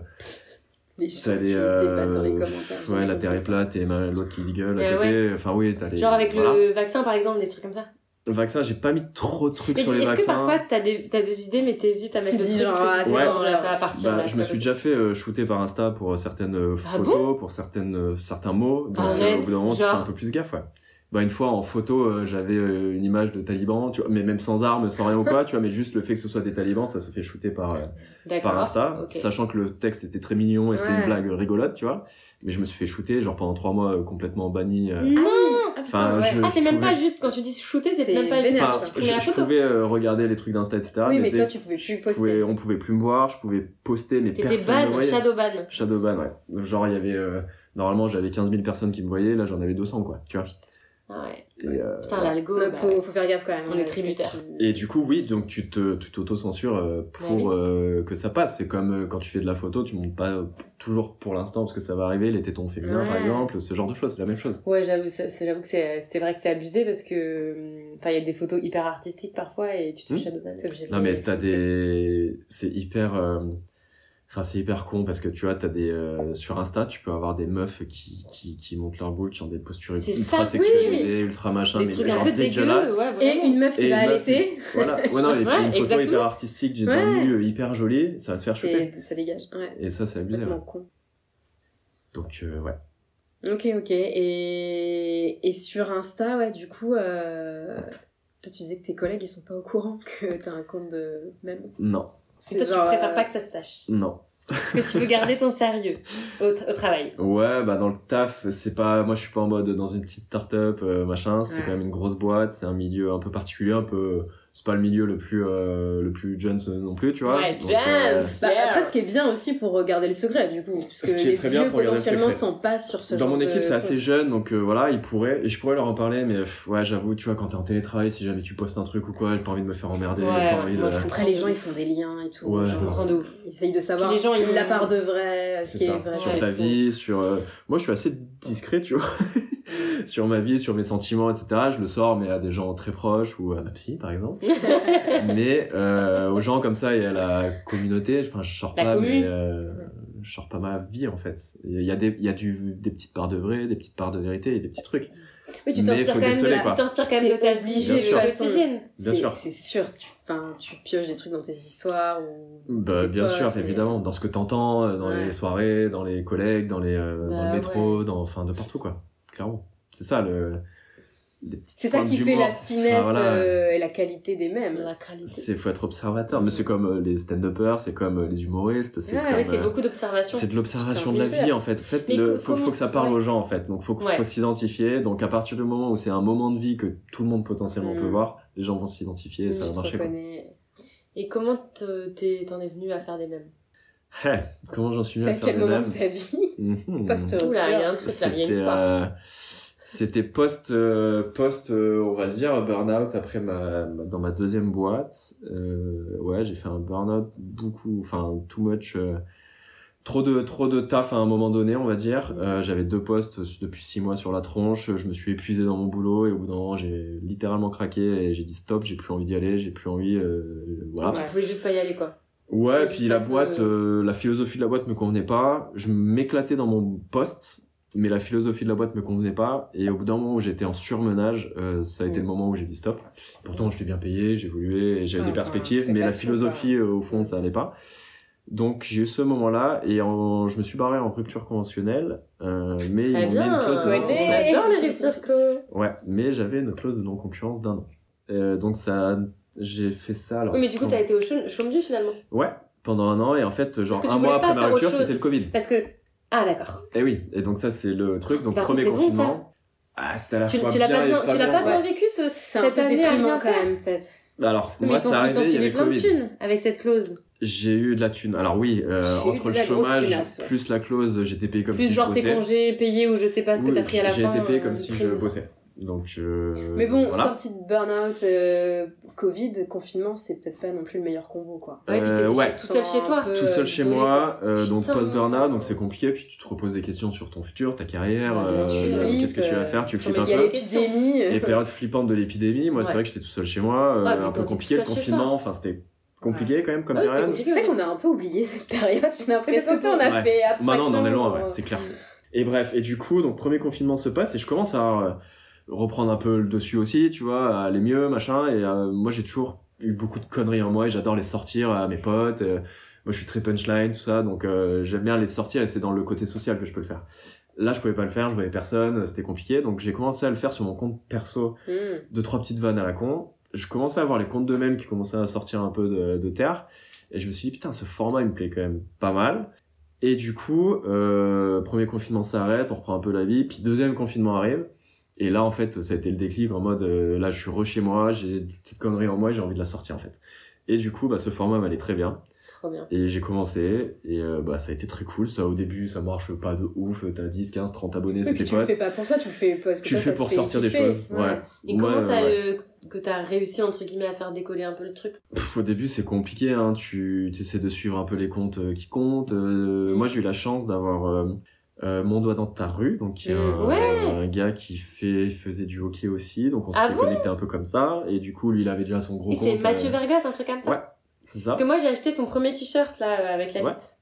S3: Des
S1: T'as
S3: gens qui
S1: les,
S3: débattent dans les
S1: euh,
S3: commentaires.
S1: pff,
S3: j'ai
S1: Ouais, la
S3: compris
S1: terre est
S3: ça.
S1: plate et ma- l'autre qui gueule à
S2: Eh
S1: côté. Enfin, oui, t'as les.
S2: Genre avec
S1: voilà.
S2: le vaccin, par exemple, des trucs comme ça.
S1: Le vaccin, j'ai pas mis trop de trucs
S2: Mais
S1: sur
S2: dis-
S1: les
S2: est-ce que
S1: vaccins.
S2: parfois, t'as des, t'as des idées, mais t'hésites à mettre
S3: Tu
S2: le
S3: dis
S2: truc
S3: genre,
S2: parce que
S3: ah,
S2: tu
S1: c'est
S2: sais,
S3: bon,
S2: bon,
S3: là.
S2: là, ça va partir.
S1: Bah,
S2: là,
S1: je
S2: c'est
S1: me
S2: pas
S1: suis
S2: possible.
S1: déjà fait euh, shooter par Insta pour euh, certaines euh,
S2: Ah
S1: photos, pour certaines, euh, certains mots. Donc,
S2: Arrête,
S1: euh, au bout d'un moment, tu fais
S2: genre.
S1: un peu plus gaffe, ouais. Bah, une fois en photo, euh, j'avais euh, une image de taliban, tu vois, mais même sans armes, sans rien ou quoi, tu vois, mais juste le fait que ce soit des talibans, ça se fait shooter par, euh,
S2: D'accord.
S1: par Insta,
S2: ok.
S1: sachant que le texte était très mignon et c'était
S3: Ouais.
S1: une blague rigolote, tu vois. Mais je me suis fait shooter, genre pendant trois mois, euh, complètement banni. euh,
S3: Ah
S2: Non
S3: oui, ah, putain,
S1: Enfin,
S3: ouais.
S1: je-
S2: Ah, c'est même
S1: pouvais-
S2: pas juste quand tu dis shooter, c'est
S3: C'est
S2: même pas juste.
S3: vénère,
S1: Enfin,
S3: quoi.
S1: je,
S2: Tu mets la
S1: je
S2: photo.
S1: pouvais euh, regarder les trucs d'Insta, etc.
S3: Oui, mais
S1: dès
S3: toi,
S1: que
S3: tu pouvais
S1: je
S3: plus poster.
S1: pouvais- on pouvait plus me voir, je pouvais poster, mais
S2: T'étais
S1: personne ne
S2: ban,
S1: voyait.
S2: shadowban.
S1: Shadowban, ouais. Genre, il y avait. euh, normalement, j'avais 15 000 personnes qui me voyaient, là, j'en avais 200, quoi. Tu vois
S2: Ah Ouais.
S1: Et, euh,
S2: Putain, l'algo.
S3: Donc,
S2: bah,
S3: faut, faut faire gaffe quand même. hein,
S2: On est tributaire.
S1: Et du coup, oui, donc tu te, tu t'auto-censures euh,
S2: Bah
S1: pour euh, que ça passe. C'est comme euh, quand tu fais de la photo, tu montes pas euh, toujours pour l'instant parce que ça va arriver, les tétons féminins par
S3: Ouais.
S1: exemple, ce genre de choses, c'est la même chose.
S2: Ouais, j'avoue, ça- c'est j'avoue que c'est c'est vrai que c'est abusé parce que hum, enfin il y a des photos hyper artistiques parfois et tu te
S1: Hmm.
S2: fais mmh. t'es obligé de
S1: Non
S2: les-
S1: mais t'as des, c'est hyper, euh, enfin c'est hyper con parce que tu vois, t'as des euh, sur Insta, tu peux avoir des meufs qui qui, qui montent leur boule, qui ont des postures
S2: C'est ça,
S1: ultra sexualisées, ultra machin,
S2: des
S1: mais
S2: trucs
S1: genre
S2: un peu
S1: dégueulasses.
S2: dégueux, ouais,
S3: Et
S2: vraiment.
S3: une meuf qui
S1: Et
S3: va
S1: une meuf-
S3: allaiter.
S1: Voilà, ouais, non, et puis une photo
S2: Exactement.
S1: hyper artistique du- d'un
S3: Ouais.
S1: milieu hyper joli, ça va se faire
S3: C'est-
S1: chuter.
S3: Ça dégage. Ouais.
S1: Et ça, c'est abusé.
S3: complètement
S1: ouais.
S3: con.
S1: Donc euh, ouais.
S3: Ok, ok. Et, et sur Insta, ouais, du coup, euh, toi, tu disais que tes collègues, ils sont pas au courant que t'as un compte de même.
S1: Non,
S2: Et toi, tu préfères pas que ça se sache.
S1: non.
S2: Parce que tu veux garder ton sérieux au, tra- au travail.
S1: Ouais, bah dans le taf, c'est pas. Moi, je suis pas en mode dans une petite start-up, euh, machin. C'est
S3: Ouais.
S1: quand même une grosse boîte, c'est un milieu un peu particulier, un peu. C'est pas le milieu le plus, euh, le plus Jones non plus, tu vois.
S2: ouais,
S1: Donc,
S2: James
S1: euh,
S3: Bah,
S2: yeah.
S3: Après, ce qui est bien aussi pour garder le secret, du coup. Parce
S1: Ce
S3: que
S1: qui est
S3: les
S1: très bien
S3: vieux,
S1: pour garder le
S3: potentiellement,
S1: secret.
S3: s'en passent sur ce
S1: Dans
S3: genre
S1: mon
S3: de
S1: équipe, c'est assez
S3: compte.
S1: jeune, donc euh, voilà, ils pourraient, et je pourrais leur en parler, mais pff, ouais, j'avoue, tu vois, quand t'es en télétravail, si jamais tu postes un truc ou quoi, j'ai pas envie de me faire emmerder, j'ai
S2: Ouais,
S1: pas envie
S2: moi,
S1: de.
S2: je comprends.
S3: Après, les gens, ils font des liens et tout.
S1: Ouais.
S3: genre,
S2: Je comprends de ouf.
S3: Ils essayent de savoir
S2: Puis les gens, ils-
S3: la part de vrai, ce
S1: C'est
S3: qui est
S1: ça,
S3: vrai.
S1: sur
S2: Ouais,
S1: ta
S2: faut-
S1: vie, sur. euh, Moi, je suis assez discret, tu vois, sur ma vie, sur mes sentiments, etc. Je le sors, mais à des gens très proches ou à ma psy, par exemple. mais euh, aux gens comme ça et à la communauté enfin je sors
S2: La
S1: pas
S2: commune.
S1: mais euh, je sors pas ma vie en fait il y a des il y a du des petites parts de vrai des petites parts de vérité et des petits trucs
S2: Oui, tu
S1: Mais
S2: t'inspires
S1: faut
S2: quand, même de
S1: déceler,
S2: la-
S1: quoi.
S2: tu t'inspires quand même de
S3: T'es
S2: ta
S3: obligé,
S2: vie euh,
S1: Bien sûr.
S2: quotidienne.
S1: Bien
S3: C'est-
S1: sûr.
S3: C'est sûr, tu, enfin, tu pioches des trucs dans tes histoires ou.
S1: bah
S3: tes
S1: bien
S3: potes,
S1: sûr
S3: mais-
S1: évidemment dans ce que t'entends euh, dans
S3: Ouais.
S1: les soirées dans les collègues dans les euh, dans
S2: Bah
S1: le métro dans enfin de partout quoi clairement c'est ça le les petites
S3: C'est ça
S1: pointes
S3: qui fait
S1: d'humour.
S3: la
S1: Enfin,
S3: finesse
S1: voilà.
S3: euh, et la qualité des mèmes.
S2: La qualité.
S1: c'est faut être observateur mais c'est comme euh, les stand-uppers c'est comme euh, les humoristes c'est
S3: Ouais,
S1: comme
S2: Ouais, c'est
S1: euh,
S2: beaucoup d'observations.
S1: C'est de l'observation de
S3: Putain,
S1: la
S3: c'est
S1: vie en fait. Faites
S2: Mais
S1: le,
S2: co-
S1: faut,
S2: comment-
S1: faut que ça parle
S2: ouais.
S1: aux gens en fait. Donc faut, que-
S2: Ouais.
S1: faut s'identifier. Donc à partir du moment où c'est un moment de vie que tout le monde potentiellement
S3: Mm.
S1: peut voir, les gens vont s'identifier et ça
S3: Mmh, Tu
S1: va
S3: te
S1: marcher. Quoi.
S3: reconnais.
S2: Et comment te- t'es- t'en es venu à faire des mêmes
S1: Hé, Eh, comment j'en suis
S3: C'est
S1: venu
S3: à
S1: à faire
S3: quel
S1: des
S3: moment
S1: mèmes
S3: de ta vie
S1: Mhm.
S3: post
S2: Oula, il y a un truc là, il y a une
S1: C'était
S2: histoire.
S1: euh, c'était post euh, post euh, on va dire burn-out après ma, ma- dans ma deuxième boîte. Euh, ouais, j'ai fait un burn-out beaucoup enfin too much euh, trop de trop de taf à un moment donné, on va dire. Euh, j'avais deux postes depuis six mois sur la tronche, je me suis épuisé dans mon boulot et au bout d'un moment, j'ai littéralement craqué et j'ai dit stop, j'ai plus envie d'y aller, j'ai plus envie euh, voilà.
S2: Tu pouvais juste pas y aller, quoi.
S1: Ouais,
S2: Et
S1: puis la
S2: peut-être,
S1: boîte, euh, la philosophie de la boîte me convenait pas. Je m'éclatais dans mon poste, mais la philosophie de la boîte me convenait pas. Et au bout d'un moment où j'étais en surmenage, euh, ça a été
S3: Mm.
S1: le moment où j'ai dit stop. Pourtant, j'étais bien payé, j'évoluais, et j'avais
S3: Ouais,
S1: des
S2: Ah,
S3: enfin,
S1: perspectives,
S3: c'était
S1: mais
S3: pas
S1: la
S3: sûr,
S1: philosophie, euh, au fond, ça allait pas. Donc j'ai eu ce moment-là et en- je me suis barré en rupture conventionnelle, euh, mais ils
S2: Très
S1: m'ont mis une
S2: bien.
S1: clause de
S2: ouais,
S3: non-concurrence.
S2: mais- J'adore les ruptures co.
S1: Ouais, mais j'avais une clause de non-concurrence d'un an. Euh, donc ça, j'ai fait ça. alors,
S2: Oui, mais du coup,
S1: quand-
S2: t'as été au chaume- chaume-du finalement.
S1: Ouais, pendant un an, et en fait, genre
S2: que tu
S1: un
S2: voulais
S1: mois
S2: pas
S1: après ma
S2: faire autre
S1: rupture,
S2: chose.
S1: c'était le Covid.
S2: Parce que. Ah, d'accord.
S1: Et oui, et donc ça, c'est le truc. Donc,
S2: Par contre,
S1: premier
S2: c'est bon,
S1: confinement. ah, c'était à la
S2: Tu,
S1: fois
S2: tu l'as
S1: bien
S2: pas
S1: et
S2: bien, tu l'as pas
S1: bien.
S2: bien vécu ce-
S3: C'est un
S2: cette
S3: peu
S2: année à
S3: déprimant
S2: rien
S3: quand
S2: faire.
S3: même, peut-être.
S1: Alors,
S2: Oui,
S1: moi,
S2: mais t'en-
S1: ça
S2: t'en
S1: arrivait, il y
S2: filais
S1: avait
S2: plein de
S1: Covid.
S2: thunes avec cette clause.
S1: J'ai eu de la thune. Alors, oui, euh,
S3: J'ai eu de
S1: entre le
S3: la grosse
S1: chômage,
S3: thunasse, ouais.
S1: plus la clause, j'étais payé comme
S2: Plus
S1: si
S2: genre
S1: je
S2: tes
S1: bossais.
S2: congés payés ou je sais pas ce que
S1: Oui,
S2: t'as pris à la
S1: J'ai
S2: fin.
S1: été payé
S2: euh,
S1: comme si
S2: prime.
S1: je bossais. Donc, euh,
S3: Mais bon,
S1: voilà.
S3: sortie de burn-out, euh, Covid, confinement, c'est peut-être pas non plus le meilleur combo, quoi.
S2: Ouais, puis
S1: Euh,
S2: t'étais
S1: ouais.
S2: tout seul chez toi.
S3: Un peu,
S1: tout seul
S3: euh,
S1: chez
S3: isolé,
S1: moi, euh, donc
S2: Putain.
S1: post-burnout, donc c'est compliqué. Puis tu te reposes des questions sur ton futur, ta carrière,
S3: Ouais,
S1: euh,
S3: tu
S1: le-
S3: flippes,
S1: qu'est-ce que tu vas
S3: euh,
S2: bah,
S1: faire, tu
S3: quoi.
S1: flippes
S3: Non,
S1: un
S3: mais il y
S1: peu.
S3: a l'épidémie.
S1: Et période flippante de l'épidémie, moi
S2: Ouais.
S1: c'est vrai que j'étais tout seul chez moi, euh,
S2: Ouais, mais
S1: un
S2: quand
S1: peu
S2: t'es
S1: compliqué,
S2: tout
S1: le
S2: seul chez
S1: confinement,
S2: toi.
S1: enfin c'était compliqué quand même comme
S2: Ouais, c'était
S1: période.
S2: compliqué,
S3: C'est vrai
S2: ouais.
S3: qu'on a un peu oublié cette période, j'ai l'impression
S2: Parce
S3: que
S2: que
S3: on a
S1: Ouais.
S3: fait abstraction.
S1: Maintenant on en est loin, ouais,
S3: euh,
S1: c'est clair. Et bref, et du coup, donc premier confinement se passe et je commence à euh, reprendre un peu le dessus aussi, tu vois, à aller mieux, machin, et euh, moi j'ai toujours eu beaucoup de conneries en moi et j'adore les sortir à mes potes. euh, moi je suis très punchline, tout ça, donc euh, j'aime bien les sortir et c'est dans le côté social que je peux le faire. Là, je pouvais pas le faire, je voyais personne, euh, c'était compliqué, donc j'ai commencé à le faire sur mon compte perso
S3: Mm.
S1: deux trois petites vannes à la con. Je commençais à voir les comptes de même qui commençaient à sortir un peu de, de terre. Et je me suis dit, putain, ce format, il me plaît quand même pas mal. Et du coup, euh, premier confinement s'arrête, on reprend un peu la vie. Puis deuxième confinement arrive. Et là, en fait, ça a été le déclic en mode, euh, là, je suis re chez moi, j'ai des petites conneries en moi, et j'ai envie de la sortir, en fait. Et du coup, bah, ce format m'allait très bien.
S2: Trop bien.
S1: Et j'ai commencé, et euh, bah, ça a été très cool. Ça, au début, ça marche pas de ouf. T'as 10, 15, 30 abonnés,
S3: Oui,
S1: c'est
S3: puis
S1: tes
S3: tu le
S1: potes.
S3: fais pas pour ça, tu le fais parce que
S1: Tu le
S3: toi, ça
S1: fais
S3: te
S1: pour
S3: fait
S1: sortir des
S3: kiffer.
S1: choses. Ouais.
S2: Et
S1: Ouais,
S2: comment t'as
S1: ouais.
S2: euh, que t'as réussi entre guillemets à faire décoller un peu le truc
S1: Pff, au début, c'est compliqué. Hein. Tu essaies de suivre un peu les comptes euh, qui comptent. Euh,
S2: Mm.
S1: Moi, j'ai eu la chance d'avoir euh, euh, Mon Doigt dans ta rue, donc qui est
S2: Mm.
S1: un,
S2: Ouais.
S1: un gars qui fait, faisait du hockey aussi. Donc, on
S2: Ah
S1: s'était
S2: bon
S1: connecté un peu comme ça. Et du coup, lui, il avait déjà son gros
S2: Et
S1: compte.
S2: c'est Mathieu
S1: euh,
S2: Vergotte, un truc comme ça.
S1: Ouais, c'est ça.
S2: Parce que moi j'ai acheté son premier t-shirt là euh, avec la
S1: Ouais.
S2: bite.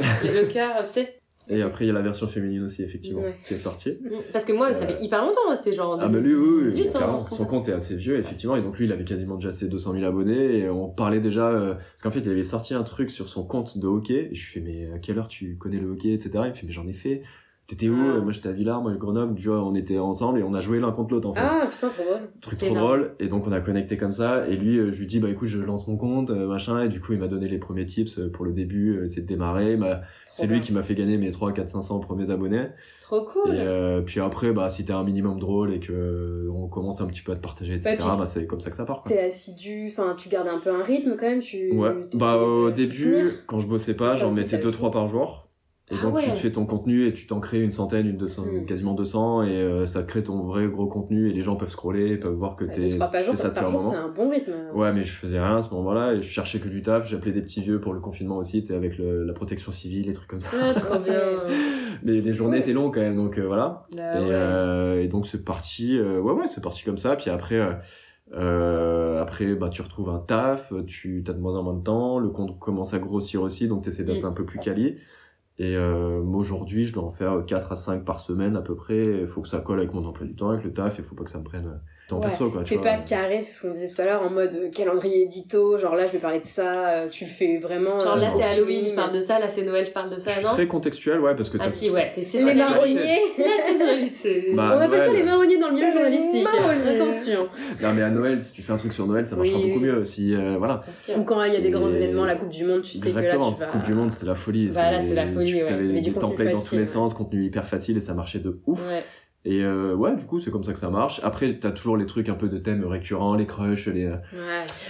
S2: Et le cœur, euh, tu sais.
S1: Et après, il y a la version féminine aussi, effectivement,
S3: Ouais.
S1: qui est sortie.
S2: Parce que moi ça
S1: Euh.
S2: fait hyper longtemps, hein, c'est genre
S1: Ah, mais lui, oui, oui,
S2: 2018
S1: clairement.
S2: ans.
S1: Son compte est assez vieux, effectivement. Et donc, lui, il avait quasiment déjà ses 200 000 abonnés. Et on parlait déjà. euh, parce qu'en fait, il avait sorti un truc sur son compte de hockey. Et je lui fais, mais à quelle heure tu connais le hockey, etc. Il me fait, mais j'en ai fait. T'étais où euh,
S2: Ah.
S1: Moi, j'étais à Villars, moi, à Grenoble. Tu vois, on était ensemble et on a joué l'un contre l'autre, en fait.
S3: Ah putain, trop drôle.
S1: truc
S2: c'est
S1: trop drôle. Et donc, on a connecté comme ça. Et lui, euh, je lui dis, bah écoute, je lance mon compte, euh, machin. Et du coup, il m'a donné les premiers tips euh, pour le début, euh, c'est de démarrer. Il m'a- C'est lui
S3: bien.
S1: qui m'a fait gagner mes 3, 4, 500 premiers abonnés.
S2: Trop cool.
S1: Et euh, puis après, bah, si t'es un minimum drôle et que euh, on commence un petit peu à te partager, etc.,
S3: Ouais, puis-
S1: bah, c'est comme ça que ça part. Quoi.
S3: T'es assidu, enfin tu gardes un peu un rythme quand même. Tu,
S1: Ouais.
S3: t'essayes
S1: Bah,
S3: de-
S1: au
S3: de
S1: début,
S3: tenir.
S1: quand je bossais pas,
S3: Ça
S1: j'en
S3: aussi,
S1: mettais
S3: ça
S1: 2-3 par jour. Et
S2: Ah
S1: donc, tu
S2: ouais.
S1: te fais ton contenu et tu t'en crées une centaine, une 200,
S3: Hmm.
S1: quasiment 200, et euh, ça te crée ton vrai gros contenu. Et les gens peuvent scroller, peuvent voir que
S3: Ouais,
S1: t'es
S3: Bah, deux, trois
S1: tu
S3: par jour,
S1: fais ça
S3: par
S1: depuis un
S3: jour,
S1: moment.
S3: c'est un bon rythme.
S1: Ouais, mais je faisais rien à ce moment-là et je cherchais que du taf. J'appelais des petits vieux pour le confinement aussi, t'es avec le- la protection civile, les trucs comme ça.
S2: Ah, trop bien.
S1: Mais les journées
S3: Ouais.
S1: étaient longues quand même, donc euh, voilà.
S2: Ah,
S1: Et,
S2: ouais.
S1: euh, et donc c'est parti, euh, ouais ouais, c'est parti comme ça. Puis après, euh, euh, après bah tu retrouves un taf, tu as de moins en moins de temps, le compte commence à grossir aussi, donc tu essaies d'être
S2: Mm.
S1: un peu plus quali. Et euh, moi, aujourd'hui, je dois en faire 4 à 5 par semaine à peu près. Il faut que ça colle avec mon emploi du temps, avec le taf, il faut pas que ça me prenne euh, temps
S3: Ouais.
S1: perso quoi. Tu
S3: T'es
S1: vois.
S3: pas carré, c'est ce qu'on disait tout à l'heure, en mode euh, calendrier édito, genre là je vais parler de ça, euh, tu le fais vraiment.
S2: Genre là
S1: oh,
S3: euh,
S2: c'est
S3: au
S2: Halloween,
S3: feeling.
S2: je parle de ça, là c'est Noël, je parle de
S1: Je suis
S2: ça, non
S1: très contextuel, ouais, parce que
S2: Ah
S1: t'as-
S2: si, ouais, t'es c'est
S3: Les
S2: vrai.
S3: marronniers
S2: Là c'est Noël, c'est.
S1: Bah,
S3: On appelle ça
S1: Noël.
S3: les marronniers dans le milieu
S2: Les
S3: journalistique.
S2: marronniers.
S3: Attention.
S1: Non, mais à Noël, si tu fais un truc sur Noël, ça marchera
S3: Oui,
S1: beaucoup
S3: oui.
S1: mieux. Si, euh, voilà.
S2: Bien
S3: Ou
S2: sûr.
S3: quand il y a des grands
S1: Et-
S3: événements, la Coupe du Monde, tu sais
S1: Exactement,
S3: que là tu vas.
S1: Coupe du Monde, c'était la folie.
S2: Bah, là, c'est la folie,
S1: Tu
S2: ouais.
S1: avais
S3: Mais du
S1: des
S3: contenu
S1: templates dans tous
S3: facile,
S1: les
S3: ouais.
S1: sens, contenu hyper facile et ça marchait de ouf.
S2: Ouais.
S1: Et euh, ouais, du coup, c'est comme ça que ça marche. Après, t'as toujours les trucs un peu de thèmes récurrents, les crushs, les.
S3: Ouais.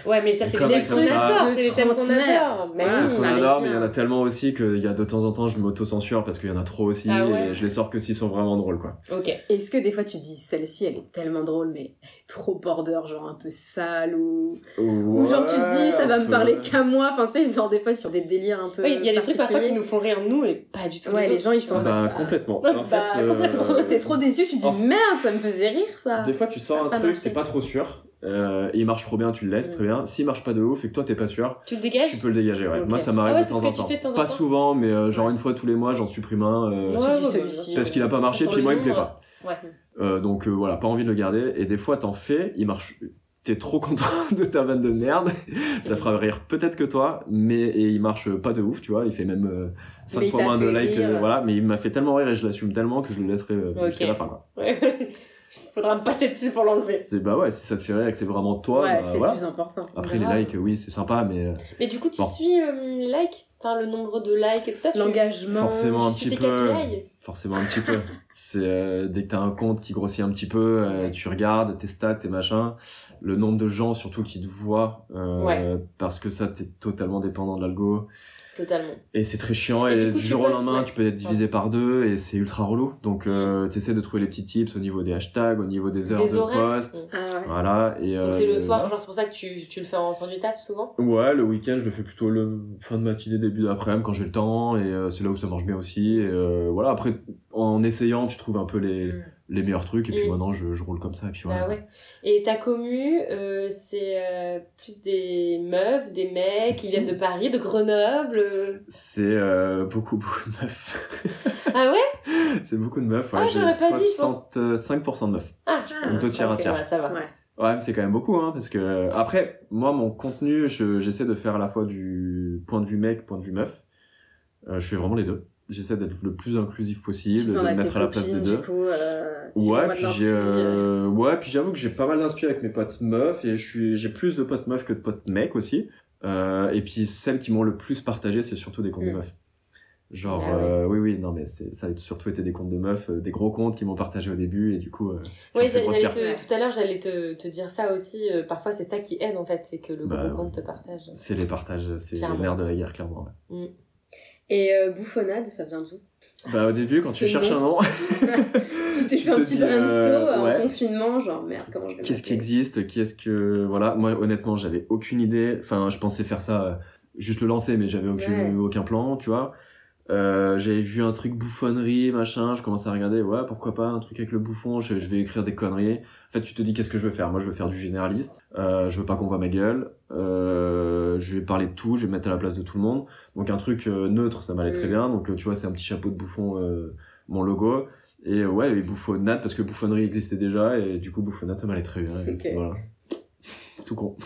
S2: Ouais, mais ça
S1: Des
S2: c'est
S1: conneries
S2: les
S1: comme
S2: trucs qu'on
S1: ça.
S2: adore, c'est
S3: De
S2: les thèmes qu'on
S3: trentenaire.
S2: adore. Mais
S3: Ouais,
S1: c'est
S2: oui,
S1: ce qu'on
S2: bah,
S1: adore, mais il y
S3: bien.
S1: en a tellement aussi qu'il y a de temps en temps, je m'auto-censure parce qu'il y en a trop aussi
S2: Ah ouais.
S1: et je les sors que s'ils sont vraiment drôles, quoi.
S2: Ok.
S3: Est-ce que des fois tu dis celle-ci elle est tellement drôle mais elle est trop border, genre un peu sale ou. ou genre tu te dis ça va me parler qu'à moi, enfin tu sais, genre des fois sur des délires un peu.
S2: Oui, il y a des trucs parfois qui
S3: particuliers.
S2: nous font rire nous et pas du tout
S3: Ouais,
S2: les,
S3: les gens, ils sont en
S1: Bah,
S3: mode, bah,
S1: complètement.
S2: ouais,
S1: En
S2: bah,
S1: fait, euh,
S2: complètement.
S3: T'es trop déçu, tu dis
S1: En-
S3: merde, ça me faisait rire ça.
S1: Des fois, tu
S3: Ça
S1: sors
S3: a
S1: un
S3: pas
S1: truc,
S3: marché.
S1: t'es pas trop sûr, euh, et il marche trop bien, tu le laisses,
S3: Mm.
S1: très bien. S'il marche pas de ouf et que toi t'es pas sûr,
S2: Tu le dégages
S1: tu peux le dégager, ouais.
S3: Ok.
S1: Moi, ça m'arrive
S2: Ah ouais,
S1: de,
S2: c'est
S1: temps
S2: ce que
S1: en
S2: tu
S1: temps.
S2: fais de temps en
S1: Pas
S2: temps
S1: souvent, mais euh, genre
S3: Ouais.
S1: une fois tous les mois, j'en supprime un. euh,
S2: Ouais,
S3: Tu dis
S2: bah,
S3: celui-ci.
S1: Parce qu'il a pas marché,
S2: Sur
S1: puis
S2: le
S1: moi il me
S2: nom,
S1: plaît
S2: ouais.
S1: pas.
S2: Ouais.
S1: Euh, donc euh, voilà, pas envie de le garder. Et des fois t'en fais, il marche. T'es trop content de ta vanne de merde. Ça fera rire peut-être que toi, mais et il marche pas de ouf, tu vois. Il fait même
S3: Mais
S1: 5
S3: il
S1: fois
S3: t'a
S1: moins de
S3: fait
S1: likes.
S3: rire.
S1: euh, voilà, mais il m'a fait tellement rire et je l'assume tellement que je le laisserai euh,
S2: Ok.
S1: jusqu'à la fin. Quoi.
S2: Ouais. Faudra me passer dessus pour l'enlever.
S1: C'est bah ouais, si ça te fait rire et que c'est vraiment toi,
S3: ouais,
S1: bah,
S3: c'est
S1: voilà.
S3: le plus important.
S1: Après les
S2: Grave.
S1: likes, oui, c'est sympa, mais euh,
S2: Mais du coup, tu
S1: Bon.
S2: suis euh, les likes, enfin le nombre de likes et tout ça. tu-
S3: L'engagement.
S1: forcément un
S2: tu suis
S1: petit
S2: tes
S1: peu.
S2: KPI.
S1: Forcément un petit peu. C'est euh, dès que t'as un compte qui grossit un petit peu, euh, tu regardes tes stats, tes machins, le nombre de gens surtout qui te voient, euh,
S2: Ouais.
S1: parce que ça t'es totalement dépendant de l'algo
S2: Totalement.
S1: et c'est très chiant et,
S2: Et du coup,
S1: du
S2: tu
S1: jour au
S2: postes,
S1: lendemain
S2: ouais.
S1: tu peux être divisé par deux et c'est ultra relou. Donc euh, t'essaies de trouver les petits tips au niveau des hashtags, au niveau des heures
S2: Des
S1: de
S2: horaires.
S1: poste.
S2: Donc
S3: Ah ouais.
S1: Voilà et euh,
S2: c'est le soir,
S1: voilà.
S2: genre c'est pour ça que tu, tu le fais en rentrant du taf souvent.
S1: Ouais, le week-end, je le fais plutôt le fin de matinée, début d'après-midi, quand j'ai le temps, et euh, c'est là où ça marche bien aussi. Et, euh, voilà, après, en essayant, tu trouves un peu les,
S3: Mm.
S1: les meilleurs trucs, et puis
S2: Mm.
S1: maintenant, je, je roule comme ça, et puis voilà.
S2: Bah ouais. Et ta commu, euh, c'est euh, plus des meufs, des mecs qui viennent de Paris, de Grenoble. euh.
S1: C'est euh, beaucoup, beaucoup de meufs.
S2: Ah ouais
S1: c'est beaucoup de meufs, ouais.
S2: Ah,
S1: j'ai
S2: j'aurais pas dit, je
S1: 65% de meufs.
S2: Ah,
S3: Ah,
S1: Donc, toi, tu iras,
S2: ok,
S1: tiens.
S2: ouais, ça va.
S3: Ouais.
S1: Ouais, mais c'est quand même beaucoup, hein, parce que... Après, moi, mon contenu, je- j'essaie de faire à la fois du point de vue mec, point de vue meuf. Euh, je fais vraiment les deux. J'essaie d'être le plus inclusif
S3: Tu
S1: possible, de
S3: demandes
S1: me
S3: à tes
S1: mettre à la place des
S3: copines, du
S1: deux.
S3: coup. euh, tu
S1: Ouais,
S3: demandes
S1: puis
S3: leur
S1: j'ai,
S3: style,
S1: euh, ouais, puis j'avoue que j'ai pas mal d'inspiration avec mes potes meufs et je suis, j'ai plus de potes meufs que de potes mecs aussi. Euh, et puis celles qui m'ont le plus partagé, c'est surtout des comptes de
S3: Mm.
S1: meufs. Genre,
S2: Ah ouais.
S1: euh, oui, oui, non, mais c'est- ça a surtout été des comptes de meufs, euh, des gros comptes qui m'ont partagé au début, et du coup, euh, je me
S2: Oui,
S1: fais
S2: j'allais
S1: grossière.
S2: te- tout à l'heure, j'allais te, te dire ça aussi. euh, parfois, c'est ça qui aide, en fait, c'est que le
S1: Bah,
S2: groupe
S1: ouais.
S2: compte te partage.
S1: C'est les partages, c'est
S2: Clairement.
S1: l'air de la guerre, clairement. ouais.
S3: Et euh, bouffonnade, ça vient d'où
S1: Bah, au début, quand tu
S3: C'est
S1: cherches
S3: bon.
S1: un nom,
S3: Tu t'es
S1: Tu
S3: fait un
S1: te
S3: petit
S1: dis, euh,
S3: brainstorm en
S1: ouais.
S3: confinement, genre merde, comment je vais
S1: qu'est-ce qui
S3: m'appeler
S1: existe, qui est-ce que. Voilà, moi, honnêtement, j'avais aucune idée. Enfin, je pensais faire ça, euh, juste le lancer, mais j'avais aucune-
S3: Ouais.
S1: aucun plan, tu vois. Euh, j'avais vu un truc bouffonnerie, machin, je commençais à regarder, ouais, pourquoi pas, un truc avec le bouffon, je, je vais écrire des conneries. En fait, tu te dis, qu'est-ce que je veux faire Moi, je veux faire du généraliste, euh, je veux pas qu'on voit ma gueule, euh, je vais parler de tout, je vais me mettre à la place de tout le monde. Donc, un truc euh, neutre, ça m'allait très
S3: Mm.
S1: bien. Donc, euh, tu vois, c'est un petit chapeau de bouffon, euh, mon logo. Et euh, ouais, et bouffonnade, parce que bouffonnerie existait déjà, et du coup, bouffonnade, ça m'allait très bien. et
S3: Ok.
S1: Voilà. Tout con.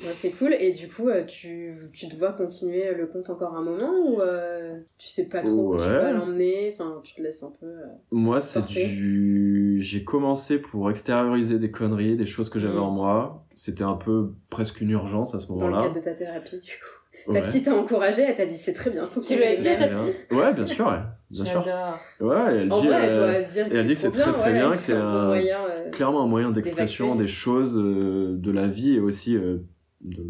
S3: Ouais, c'est cool. Et du coup, euh, tu, tu te vois continuer le compte encore un moment ou euh, tu sais pas trop où tu
S1: Ouais.
S3: vas l'emmener Enfin, tu te laisses un peu. euh,
S1: Moi, c'est
S3: Parfait.
S1: du. J'ai commencé pour extérioriser des conneries, des choses que j'avais
S3: Mhm.
S1: en moi. C'était un peu presque une urgence à ce
S3: dans le
S1: moment-là.
S3: cadre de ta thérapie, du coup.
S1: Ouais.
S3: Ta psy t'a encouragé, elle t'a dit c'est très bien.
S2: Tu lui as dit,
S3: continue.
S2: ta
S1: Très bien. Ouais, bien sûr, ouais. bien sûr.
S2: J'adore.
S1: Ouais, elle
S3: En
S1: dit,
S3: vrai, elle
S1: euh,
S3: doit dire que
S1: elle dit
S3: c'est
S1: que c'est
S3: trop
S1: très, très bien,
S3: bien, ouais, et
S1: que
S3: que
S1: c'est
S3: c'est un bon
S1: un-
S3: moyen. euh,
S1: clairement un moyen d'expression
S3: D'évacuer.
S1: des choses, euh, de la vie et aussi euh, de...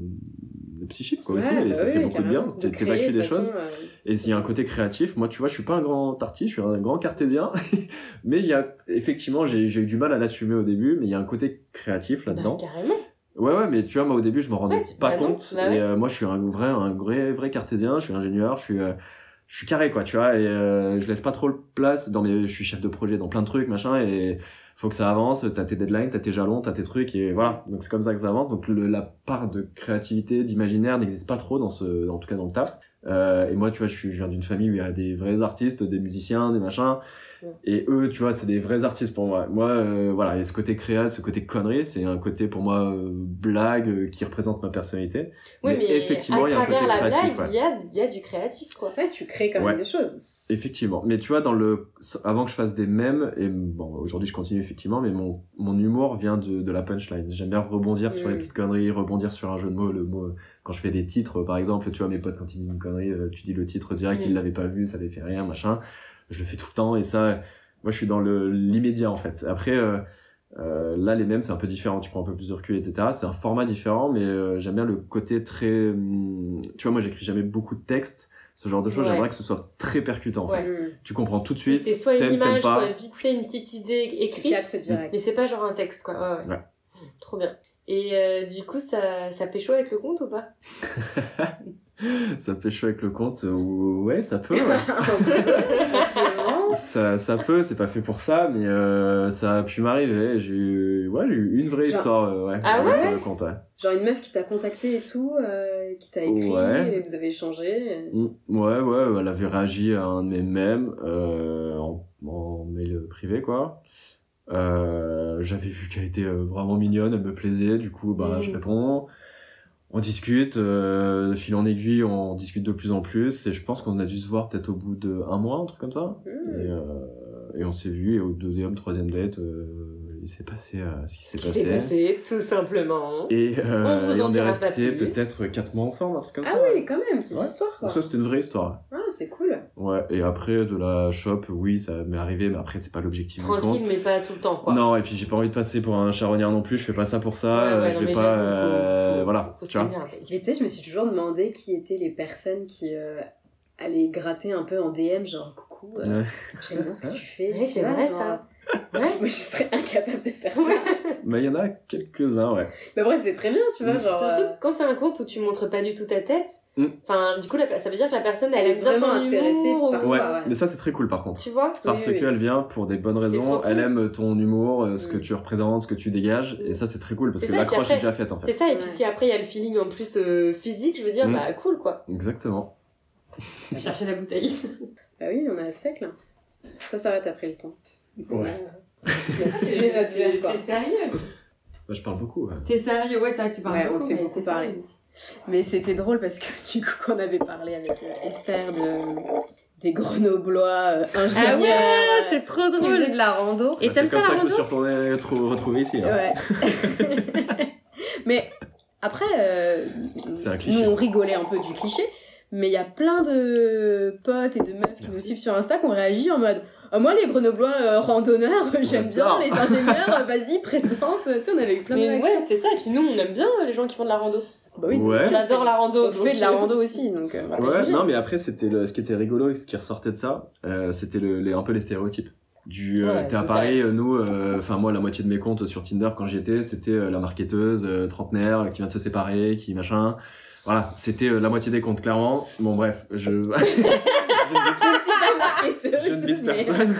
S1: de psychique, quoi. aussi.
S3: ouais,
S1: Et
S3: bah
S1: ça
S3: oui,
S1: fait beaucoup de
S3: carrément.
S1: bien. T'é-
S3: créer,
S1: T'évacues
S3: de
S1: des
S3: toute
S1: choses.
S3: façon, euh,
S1: Et il y a un côté créatif. Moi, tu vois, je suis pas un grand artiste, je suis un grand cartésien. mais il y a, effectivement, j'ai j'ai eu du mal à l'assumer au début, mais il y a un côté créatif là-dedans.
S2: Bah, carrément.
S1: Ouais, ouais, mais tu vois, moi au début, je m'en rendais
S2: Ouais, tu-
S1: pas
S2: bah non,
S1: compte.
S2: bah ouais.
S1: Et euh, moi, je suis un vrai, un vrai, vrai cartésien, je suis ingénieur, je suis, euh, je suis carré, quoi, tu vois, et euh, je laisse pas trop de place dans mes. Je suis chef de projet dans plein de trucs, machin, et faut que ça avance, t'as tes deadlines, t'as tes jalons, t'as tes trucs, et voilà. Donc c'est comme ça que ça avance. Donc le- la part de créativité, d'imaginaire n'existe pas trop dans ce. En tout cas, dans le taf. Euh, et moi, tu vois, je, suis, je viens d'une famille où il y a des vrais artistes, des musiciens, des machins. Et eux, tu vois, c'est des vrais artistes pour moi. Moi, euh, voilà, et ce côté créa, ce côté connerie, c'est un côté pour moi euh, blague euh, qui représente ma personnalité.
S2: Oui, mais,
S1: effectivement,
S2: à
S1: il y a un
S2: travers
S1: côté
S2: la
S1: créatif.
S2: blague,
S1: ouais.
S2: il y, a, il y a du créatif, quoi.
S3: Ouais, tu crées quand même
S1: Ouais.
S3: des choses.
S1: Effectivement. Mais tu vois, dans le... avant que je fasse des mèmes, et bon, aujourd'hui je continue effectivement, mais mon, mon humour vient de, de la punchline. J'aime bien rebondir sur
S3: Mm.
S1: les petites conneries, rebondir sur un jeu de mots. Le mot, quand je fais des titres, par exemple, tu vois, mes potes, quand ils disent une connerie, euh, tu dis le titre direct,
S2: Mm.
S1: ils l'avaient pas vu, ça les fait rien, machin. Je le fais tout le temps, et ça, moi je suis dans le- l'immédiat en fait. Après, euh, euh, là, les mêmes, c'est un peu différent. Tu prends un peu plus de recul, etc. C'est un format différent, mais euh, j'aime bien le côté très. hum, tu vois, moi, j'écris jamais beaucoup de textes. Ce genre de choses,
S2: Ouais.
S1: j'aimerais que ce soit très percutant. En
S2: Ouais.
S1: fait.
S3: Mm.
S1: Tu comprends tout de
S2: Mais
S1: suite.
S2: C'est soit une
S1: t'aimes, t'aimes
S2: image,
S1: pas.
S2: soit vite fait une petite idée
S3: Tu
S2: écrite,
S3: captes direct.
S2: mais c'est pas genre un texte, quoi. Ouais, ouais.
S1: Ouais.
S2: Trop bien. Et euh, du coup, ça, ça pécho avec le compte ou pas
S1: Ça fait chaud avec le compte. euh, Ouais, ça peut. ouais.
S3: Effectivement.
S1: ça, ça peut. C'est pas fait pour ça, mais euh, ça a pu m'arriver. J'ai eu, ouais, j'ai eu une vraie
S3: Genre-
S1: histoire. euh, ouais,
S2: Ah
S1: avec,
S3: ouais
S1: euh, le compte. ouais.
S3: Genre une meuf qui t'a contacté et tout, euh, qui t'a écrit,
S1: Ouais.
S3: et vous avez échangé.
S1: Mm, Ouais, ouais, elle avait réagi à un de mes mèmes euh, en, en mail privé, quoi. Euh, J'avais vu qu'elle était euh, vraiment mignonne, elle me plaisait, du coup, bah,
S2: Mm.
S1: je réponds. On discute, euh, de fil en aiguille, on discute de plus en plus, et je pense qu'on a dû se voir peut-être au bout d'un mois, un truc comme ça.
S3: Mm.
S1: Et, euh, et on s'est vu, et au deuxième, troisième date, euh, il s'est passé euh, ce qui s'est
S2: C'est passé, tout simplement.
S1: Et, euh,
S2: On vous
S1: et
S2: en
S1: on est
S2: dira pas
S1: resté
S2: plus.
S1: peut-être quatre mois ensemble, un truc comme
S3: Ah
S1: ça.
S3: oui, quand même, petite
S1: Ouais.
S3: histoire quoi.
S1: Donc ça, c'était une vraie histoire.
S3: Ah, c'est cool.
S1: Ouais, et après, de la shop, oui, ça m'est arrivé, mais après, c'est pas l'objectif du compte.
S2: Tranquille, mais pas tout le temps, quoi.
S1: Non, et puis j'ai pas envie de passer pour un charognard non plus, je fais pas ça pour ça,
S2: Ouais, ouais,
S1: euh,
S2: non,
S1: je vais
S2: mais
S1: pas.
S2: j'avoue, faut-
S1: euh,
S2: faut-
S1: voilà,
S2: faut se
S1: tu vois.
S2: tenir.
S3: Mais tu sais, je me suis toujours demandé qui étaient les personnes qui euh, allaient gratter un peu en DM, genre coucou, euh,
S1: Ouais.
S3: j'aime bien ce que tu fais.
S2: Ouais,
S3: tu
S2: c'est
S3: vois,
S2: vrai,
S3: genre,
S2: ça.
S3: Moi, je serais incapable de faire ça.
S2: Ouais.
S1: Mais il y en a quelques-uns, ouais.
S3: Mais après, c'est très bien, tu vois,
S1: Mm.
S3: genre.
S2: Surtout
S3: euh,
S2: que quand c'est un compte où tu montres pas du tout ta tête,
S1: Mm.
S2: enfin, du coup, la- ça veut dire que la personne, elle,
S3: Elle est
S2: aime bien
S3: vraiment
S2: ton
S3: intéressée
S2: humour,
S3: par
S2: ou-
S3: toi.
S1: Ouais, Ah.
S3: ouais.
S1: mais ça, c'est très cool par contre.
S2: Tu vois
S1: Parce
S3: oui, oui.
S1: qu'elle vient pour des bonnes
S2: trop
S1: raisons,
S2: cool.
S1: elle aime ton humour, euh, ce que
S3: Mm.
S1: tu représentes, ce que tu dégages, et ça, c'est très cool parce
S2: C'est
S1: que
S2: ça, et puis
S1: l'accroche est
S2: après,
S1: déjà faite en fait.
S2: C'est ça, et puis
S3: Ouais.
S2: si après il y a le feeling en plus euh, physique, je veux dire,
S1: Mm.
S2: bah cool quoi.
S1: Exactement.
S2: Je vais chercher la bouteille.
S3: Bah oui, on a un siècle. Toi, Sarah, t'as pris le temps.
S1: Ouais.
S3: Merci, notre verre, quoi.
S2: sérieux
S1: Bah, je parle beaucoup. ouais.
S2: T'es sérieux Ouais, c'est vrai que tu
S3: parles Ouais, on beaucoup, te fait mais beaucoup t'es parler. sérieux Mais c'était drôle parce que du coup, quand on avait parlé avec euh, Esther de... des grenoblois euh, ingénieurs. euh,
S2: Ah c'est trop
S3: qui
S2: drôle
S3: faisaient de la rando.
S2: Et
S1: Bah, c'est
S2: t'aimes ça
S1: comme ça
S2: la
S1: que je me
S2: rando
S1: suis retourné, trou- retrouvé ici. hein.
S3: Ouais. Mais euh, après, euh,
S1: C'est un
S3: nous
S1: cliché.
S3: on rigolait un peu du cliché, Mais il y a plein de potes et de meufs qui nous
S1: Merci.
S3: suivent sur Insta qui ont réagi en mode Ah, Moi, les Grenoblois euh, randonneurs, j'aime bien,
S1: adore.
S3: les ingénieurs, euh, vas-y, présente. Tu sais, on avait eu plein de
S2: Mais
S3: réactions.
S2: ouais, c'est ça. Et puis nous, on aime bien euh, les gens qui font de la rando.
S3: Bah oui,
S1: Ouais.
S3: on
S2: On adore la rando.
S3: On fait de la
S2: donc, euh,
S3: rando aussi, donc euh, on va pas
S1: Ouais,
S3: juger.
S1: non, mais après, c'était le, ce qui était rigolo et ce qui ressortait de ça, euh, c'était le, les- un peu les stéréotypes. Du, euh,
S2: Ouais,
S1: t'es à
S2: total.
S1: Paris, euh, nous, euh, enfin, moi, la moitié de mes comptes sur Tinder quand j'y étais, c'était euh, la marketeuse, euh, trentenaire, euh, qui vient de se séparer, qui machin. Voilà, c'était euh, la moitié des comptes, clairement. Bon, bref, je. je ne vise-
S3: Je ne suis pas une marketeuse,
S1: je ne vise
S3: mais-
S1: personne.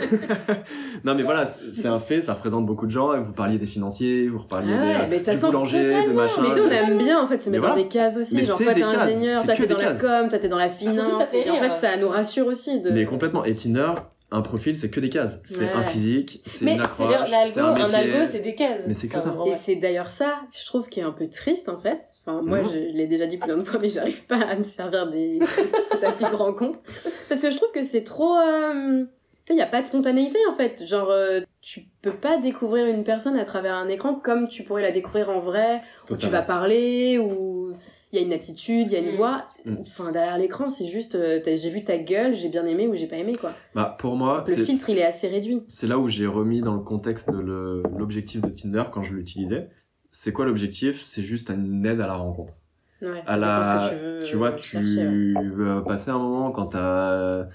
S1: non, mais voilà, c'est c'est un fait, ça représente beaucoup de gens. et Vous parliez des financiers, vous reparliez
S3: Ah ouais,
S1: des, euh,
S3: mais de toute
S1: du
S3: façon,
S1: boulanger, de
S2: totalement,
S1: machin.
S3: Mais tu sais, on aime bien en fait se
S1: Mais
S3: mettre dans
S1: voilà.
S3: des cases aussi.
S1: Mais
S3: genre
S1: c'est
S3: toi t'es
S1: des cases,
S3: ingénieur,
S1: c'est
S3: toi
S1: que
S3: t'es dans
S1: des
S3: la
S1: cases.
S3: com, toi t'es dans la
S2: surtout, ça
S3: finance.
S2: fait
S3: et en
S2: rire.
S3: fait ça nous rassure aussi de.
S1: Mais complètement. Et Tinder, un profil, c'est que des cases. C'est
S3: Ouais.
S1: un physique, c'est
S2: Mais
S1: une
S2: c'est
S1: approche,
S2: leur- l'algo.
S1: c'est un
S2: Un
S1: métier.
S2: algo, c'est des cases.
S1: Mais c'est que
S2: Enfin,
S1: ça.
S2: en
S3: Et
S2: vrai.
S3: c'est d'ailleurs ça, je trouve, qui est un peu triste en fait. Enfin, moi,
S1: Mhm.
S3: je, je l'ai déjà dit plein de fois, mais j'arrive pas à me servir des, des applis de rencontre. Parce que je trouve que c'est trop. euh, Tu sais, il a pas de spontanéité en fait. Genre, euh, tu peux pas découvrir une personne à travers un écran comme tu pourrais la découvrir en vrai, où tu vas parler, où il y a une attitude, il y a une
S2: Mhm.
S3: voix.
S1: Mhm.
S3: Enfin, derrière l'écran, c'est juste euh, t'as- j'ai vu ta gueule, j'ai bien aimé ou j'ai pas aimé quoi.
S1: Bah, pour moi,
S3: Le
S1: c'est-
S3: filtre, il est assez réduit.
S1: c'est là où j'ai remis dans le contexte le- l'objectif de Tinder quand je l'utilisais. C'est quoi l'objectif C'est juste une aide à la rencontre.
S3: Ouais,
S1: À
S3: ça
S1: la-
S3: dépend ce que tu veux.
S1: tu vois,
S3: euh,
S1: tu
S3: chercher, ouais.
S1: vas passer un moment quand t'as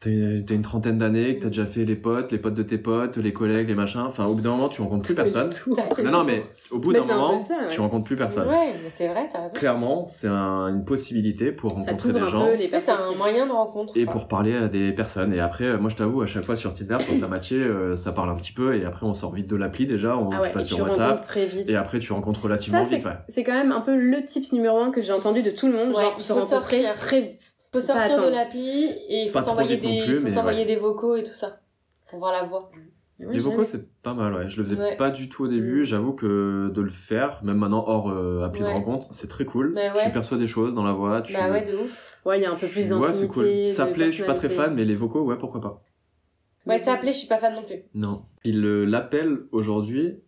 S1: t'as une t'as une trentaine d'années, que t'as déjà fait les potes, les potes de tes potes, les collègues, les machins. Enfin, au bout d'un moment, tu rencontres plus
S3: Pas du
S1: personne.
S3: tout.
S1: Non, non, mais au bout
S3: Mais
S1: d'un
S3: c'est un peu
S1: moment,
S3: ça, ouais.
S1: tu rencontres plus personne.
S2: Ouais, mais c'est vrai, t'as raison.
S1: Clairement, c'est un- une possibilité pour
S3: Ça
S1: rencontrer
S3: t'ouvre
S1: des
S3: un
S1: gens.
S3: peu les
S2: Après, c'est un
S3: perspectives.
S2: moyen de rencontre.
S1: Et
S2: quoi.
S1: pour parler à des personnes. Et après, euh, moi je t'avoue, à chaque fois sur Tinder, quand ça matchait, euh, ça parle un petit peu. Et après, on sort vite de l'appli déjà, on
S3: Ah ouais,
S1: tu passes
S3: et tu
S1: sur
S3: rencontres
S1: WhatsApp.
S3: très vite.
S1: Et après, tu rencontres relativement
S3: Ça, c'est
S1: vite. Ouais.
S3: c'est quand même un peu le tips numéro un que j'ai entendu de tout le monde,
S2: Ouais,
S3: genre
S2: il
S3: se
S2: faut
S3: rencontrer
S2: sortir.
S3: très vite.
S2: faut
S3: pas
S2: sortir de
S3: attendre.
S2: l'appli et il faut
S1: Pas trop
S2: s'envoyer
S1: vite non
S2: des,
S1: plus,
S2: faut
S1: mais
S2: s'envoyer
S1: ouais.
S2: des vocaux et tout ça pour voir la voix.
S3: Ouais,
S1: Les
S3: j'aime.
S1: vocaux, c'est pas mal, ouais. Je le faisais
S2: Ouais.
S1: pas du tout au début.
S3: Mm.
S1: J'avoue que de le faire, même maintenant hors euh, appli
S2: Ouais.
S1: de rencontre, c'est très cool.
S2: Mais ouais.
S1: Tu perçois des choses dans la voix. Tu...
S2: Bah ouais, de ouf.
S3: Bah Ouais, il y a un peu
S1: tu-
S3: plus
S1: ouais,
S3: d'intimité.
S1: c'est cool. Ça
S3: de
S1: plaît, je suis pas très fan,
S3: personnalité.
S1: mais les vocaux, ouais, pourquoi pas.
S2: Ouais, ça appelait, je suis pas fan non plus.
S1: Non. Puis le- l'appel aujourd'hui,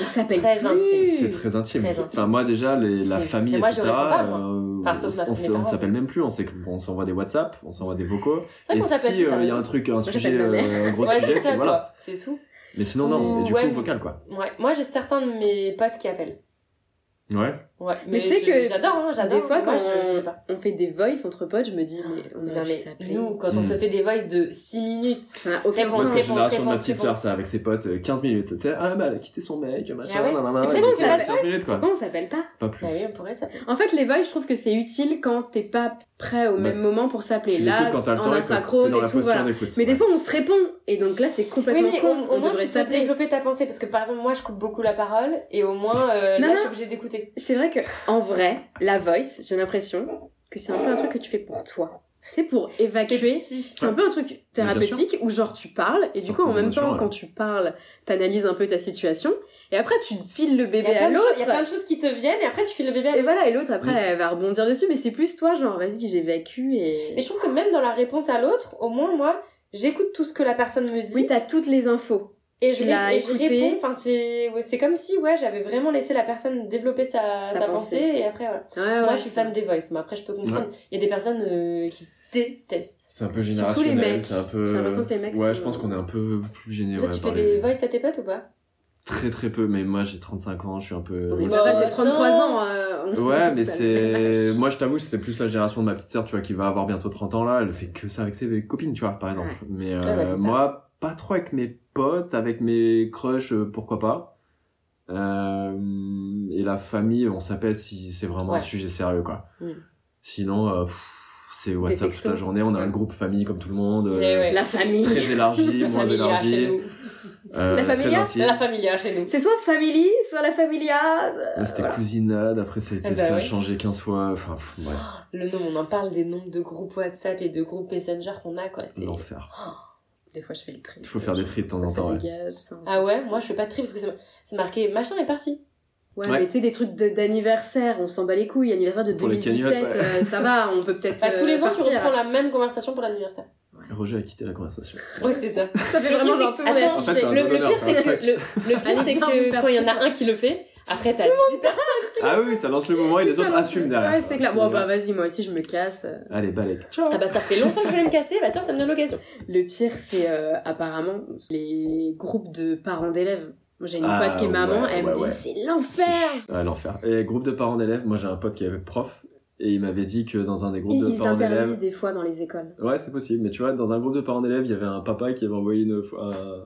S3: On s'appelle
S2: Très
S3: plus.
S2: intime.
S1: c'est très intime.
S2: Très intime.
S1: Enfin, moi déjà, les- la
S3: C'est-
S1: famille,
S2: Mais moi, je
S1: etc.
S2: réponds pas, moi.
S1: euh,
S2: Enfin, sauf ma-
S1: on
S2: mes
S1: s- on
S2: parents.
S1: s'appelle même plus. On sait qu'on s'envoie des WhatsApp, on s'envoie des vocaux.
S2: C'est vrai
S1: Et
S2: qu'on s'appelle
S1: si
S2: plus,
S1: euh,
S2: t'as
S1: il y a
S2: raison.
S1: un truc, un
S3: j'appelle
S1: sujet,
S3: ma mère.
S1: euh, un gros
S2: Ouais,
S1: sujet,
S2: c'est ça
S1: puis voilà.
S2: quoi, c'est tout.
S1: Mais sinon, non,
S2: Ou-
S1: et du
S2: ouais,
S1: coup,
S2: mais-
S1: vocal quoi.
S2: Ouais, moi j'ai certains de mes potes qui appellent.
S1: Ouais.
S2: Ouais,
S3: Mais
S2: mais,
S3: tu sais
S2: je-
S3: que
S2: j'adore, hein, j'adore.
S3: Des fois,
S2: Moi,
S3: quand
S2: je- je, l'ai pas.
S3: on, on fait des voice entre potes, je me dis, mais on
S2: Non,
S3: aurait pu
S2: mais
S3: s'appeler.
S2: nous, quand on
S1: Mm.
S2: se fait des voices de 6 minutes,
S3: Ça n'a aucun
S2: Réponse,
S1: Moi,
S3: sens.
S1: c'est la
S2: réponse,
S1: génération de ma
S2: réponse,
S1: petite
S2: réponse.
S1: sœur, ça, avec ses potes, euh, 15 minutes. Tu sais, ah, bah, elle a quitté son mec, machin,
S2: Ah ouais.
S1: nanana,
S2: Et
S1: et
S2: peut-être
S1: tout,
S2: que c'est la
S1: 15 minutes quoi.
S3: Pourquoi on s'appelle pas
S1: Pas plus.
S2: bah oui, on pourrait ça.
S3: En fait, les voice, je trouve que c'est utile quand t'es pas prêt au
S1: Ouais.
S3: même moment pour s'appeler.
S1: Tu
S3: Là,
S1: l'écoutes quand t'as le
S3: en
S1: temps, et quand t'es
S3: asynchrone
S1: dans
S3: et
S1: la
S3: tout, voilà.
S1: posture d'écoute.
S3: Mais des
S1: Ouais.
S3: fois, on se répond. Et donc là, c'est
S2: Oui,
S3: complètement
S2: mais au,
S3: con.
S2: au
S3: On
S2: moins,
S3: devrait
S2: tu peux
S3: s'appeler.
S2: développer ta pensée parce que par exemple, moi je coupe beaucoup la parole et au moins euh, là
S3: Non, non.
S2: je suis obligée d'écouter.
S3: C'est vrai que en vrai, la voice, j'ai l'impression que c'est un peu un truc que tu fais pour toi. C'est pour évacuer.
S2: si.
S3: C'est un peu un truc thérapeutique où genre tu parles et du
S1: Sur
S3: coup en
S1: tes
S3: même
S1: émotions,
S3: temps
S1: ouais.
S3: quand tu parles, t'analyses un peu ta situation et après tu files le
S2: Il y, a
S3: bébé Eh ben, à
S2: plein de choses- il y a plein
S3: l'autre.
S2: de choses qui te viennent et après tu files le bébé à
S3: Et
S2: l'autre.
S3: voilà, et l'autre après
S1: Mm.
S3: elle va rebondir dessus mais c'est plus toi genre vas-y, j'évacue
S2: Mais
S3: et
S2: je trouve que même dans la réponse à l'autre, au moins moi, j'écoute tout ce que la personne me dit
S3: oui, t'as toutes les infos.
S2: et
S3: tu
S2: je,
S3: l'as
S2: ré- et je
S3: écouté.
S2: réponds. Enfin, c'est ouais, c'est comme si ouais, j'avais vraiment laissé la personne développer sa,
S3: Sa
S2: sa,
S3: pensée.
S2: pensée. et après voilà.
S3: Ouais,
S2: moi,
S3: ouais,
S2: je suis
S3: c'est-
S2: fan des voice, mais après je peux comprendre. Il y a des personnes euh, qui détestent.
S1: C'est un peu
S3: Surtout les
S1: générationnel,
S3: mecs.
S1: c'est un peu.
S3: J'ai l'impression que les mecs
S1: Ouais,
S3: sont-
S1: je pense qu'on est un peu plus gêné.
S2: Toi,
S1: ouais,
S2: tu
S1: par
S2: fais
S1: les-
S2: des voice à tes potes ou pas
S1: Très très peu, mais moi j'ai 35 ans, je suis un peu.
S3: Mais
S1: old
S3: ça va, j'ai
S2: Bon,
S3: 33
S2: attends.
S3: ans. euh, on-
S1: Ouais,
S2: Bah,
S1: mais c'est. Moi, je t'avoue, c'était plus la génération de ma petite sœur, tu vois, qui va avoir bientôt 30 ans là. Elle fait que ça avec ses copines, tu vois, par exemple.
S3: Ouais.
S1: Mais euh,
S2: Ouais, ouais, c'est ça.
S1: moi, pas trop avec mes potes, avec mes crushs, euh, pourquoi pas. Euh, et la famille, on s'appelle si c'est vraiment
S2: Ouais.
S1: un sujet sérieux, quoi.
S2: Mm.
S1: Sinon, euh, pff, c'est WhatsApp toute
S3: textos.
S1: la journée. On a
S3: Ouais.
S1: un groupe famille comme tout le monde. euh,
S2: Mais Eh ouais.
S3: La famille.
S1: Très élargi,
S2: La
S1: moins
S2: familia chez
S1: élargi.
S2: nous.
S1: euh,
S3: La
S1: Très
S3: familia
S1: intime.
S2: La familia chez nous.
S3: C'est soit family, soit la familia. euh,
S1: Ouais, C'était
S3: voilà.
S1: cousinade, après ça a, été-
S2: Eh ben
S1: ça a
S2: ouais.
S1: changé 15 fois. Enfin, pff, ouais,
S3: Oh,
S2: Le nombre, on en parle des nombres de groupes WhatsApp et de groupes Messenger qu'on a quoi. c'est-
S1: l'enfer.
S3: Des fois, je fais le tri.
S1: Il faut faire des tri de temps
S3: Ça,
S1: en
S3: ça
S1: temps, ouais.
S3: dégage, ça, on
S2: Ah ouais, moi je fais pas de tri parce que c'est c'est marqué machin est parti.
S3: Ouais,
S1: Ouais.
S3: mais tu sais, des trucs de- d'anniversaire, on s'en bat les couilles. Anniversaire de
S1: Pour les
S3: 2017,
S1: cagnottes, ouais.
S3: euh, ça va, on peut peut-être.
S2: Bah, tous les
S3: euh,
S2: ans, tu
S3: partir.
S2: reprends la même conversation pour l'anniversaire.
S1: Roger a quitté la conversation.
S2: Ouais, c'est ça.
S3: Ça fait vraiment genre tout le monde est
S2: Attends,
S1: En fait, c'est un
S2: le,
S1: don
S2: le
S1: d'honneur,
S2: pire,
S1: c'est
S2: c'est
S1: un
S2: que,
S1: fuck.
S2: le, le pire,
S3: Allez,
S2: c'est
S3: viens, on peut
S2: que
S3: faire
S2: quand il y en
S3: plus
S2: a un qui le fait, Après, t'as dix personnes.
S1: Ah oui, ça lance le moment et les autres assument derrière.
S3: Ouais, c'est clair.
S1: quoi.
S3: Bon, bah vas-y, moi aussi, je me casse.
S1: Allez, balèque.
S2: Ah bah ça fait longtemps que je voulais me casser, bah tiens, ça me donne l'occasion.
S3: Le pire, c'est euh, apparemment les groupes de parents d'élèves. Moi, J'ai une
S1: Ah,
S3: pote qui est maman,
S1: ouais,
S3: elle
S1: ouais,
S3: me dit
S1: ouais.
S3: c'est l'enfer
S1: Ah, l'enfer. Et groupe de parents d'élèves, moi j'ai un pote qui avait prof et il m'avait dit que dans un des groupes
S3: Ils,
S1: de
S3: ils
S1: parents
S3: interdisent
S1: d'élèves.
S3: des fois dans les écoles.
S1: Ouais, c'est possible, mais tu vois, dans un groupe de parents d'élèves, il y avait un papa qui avait envoyé une, fo- un-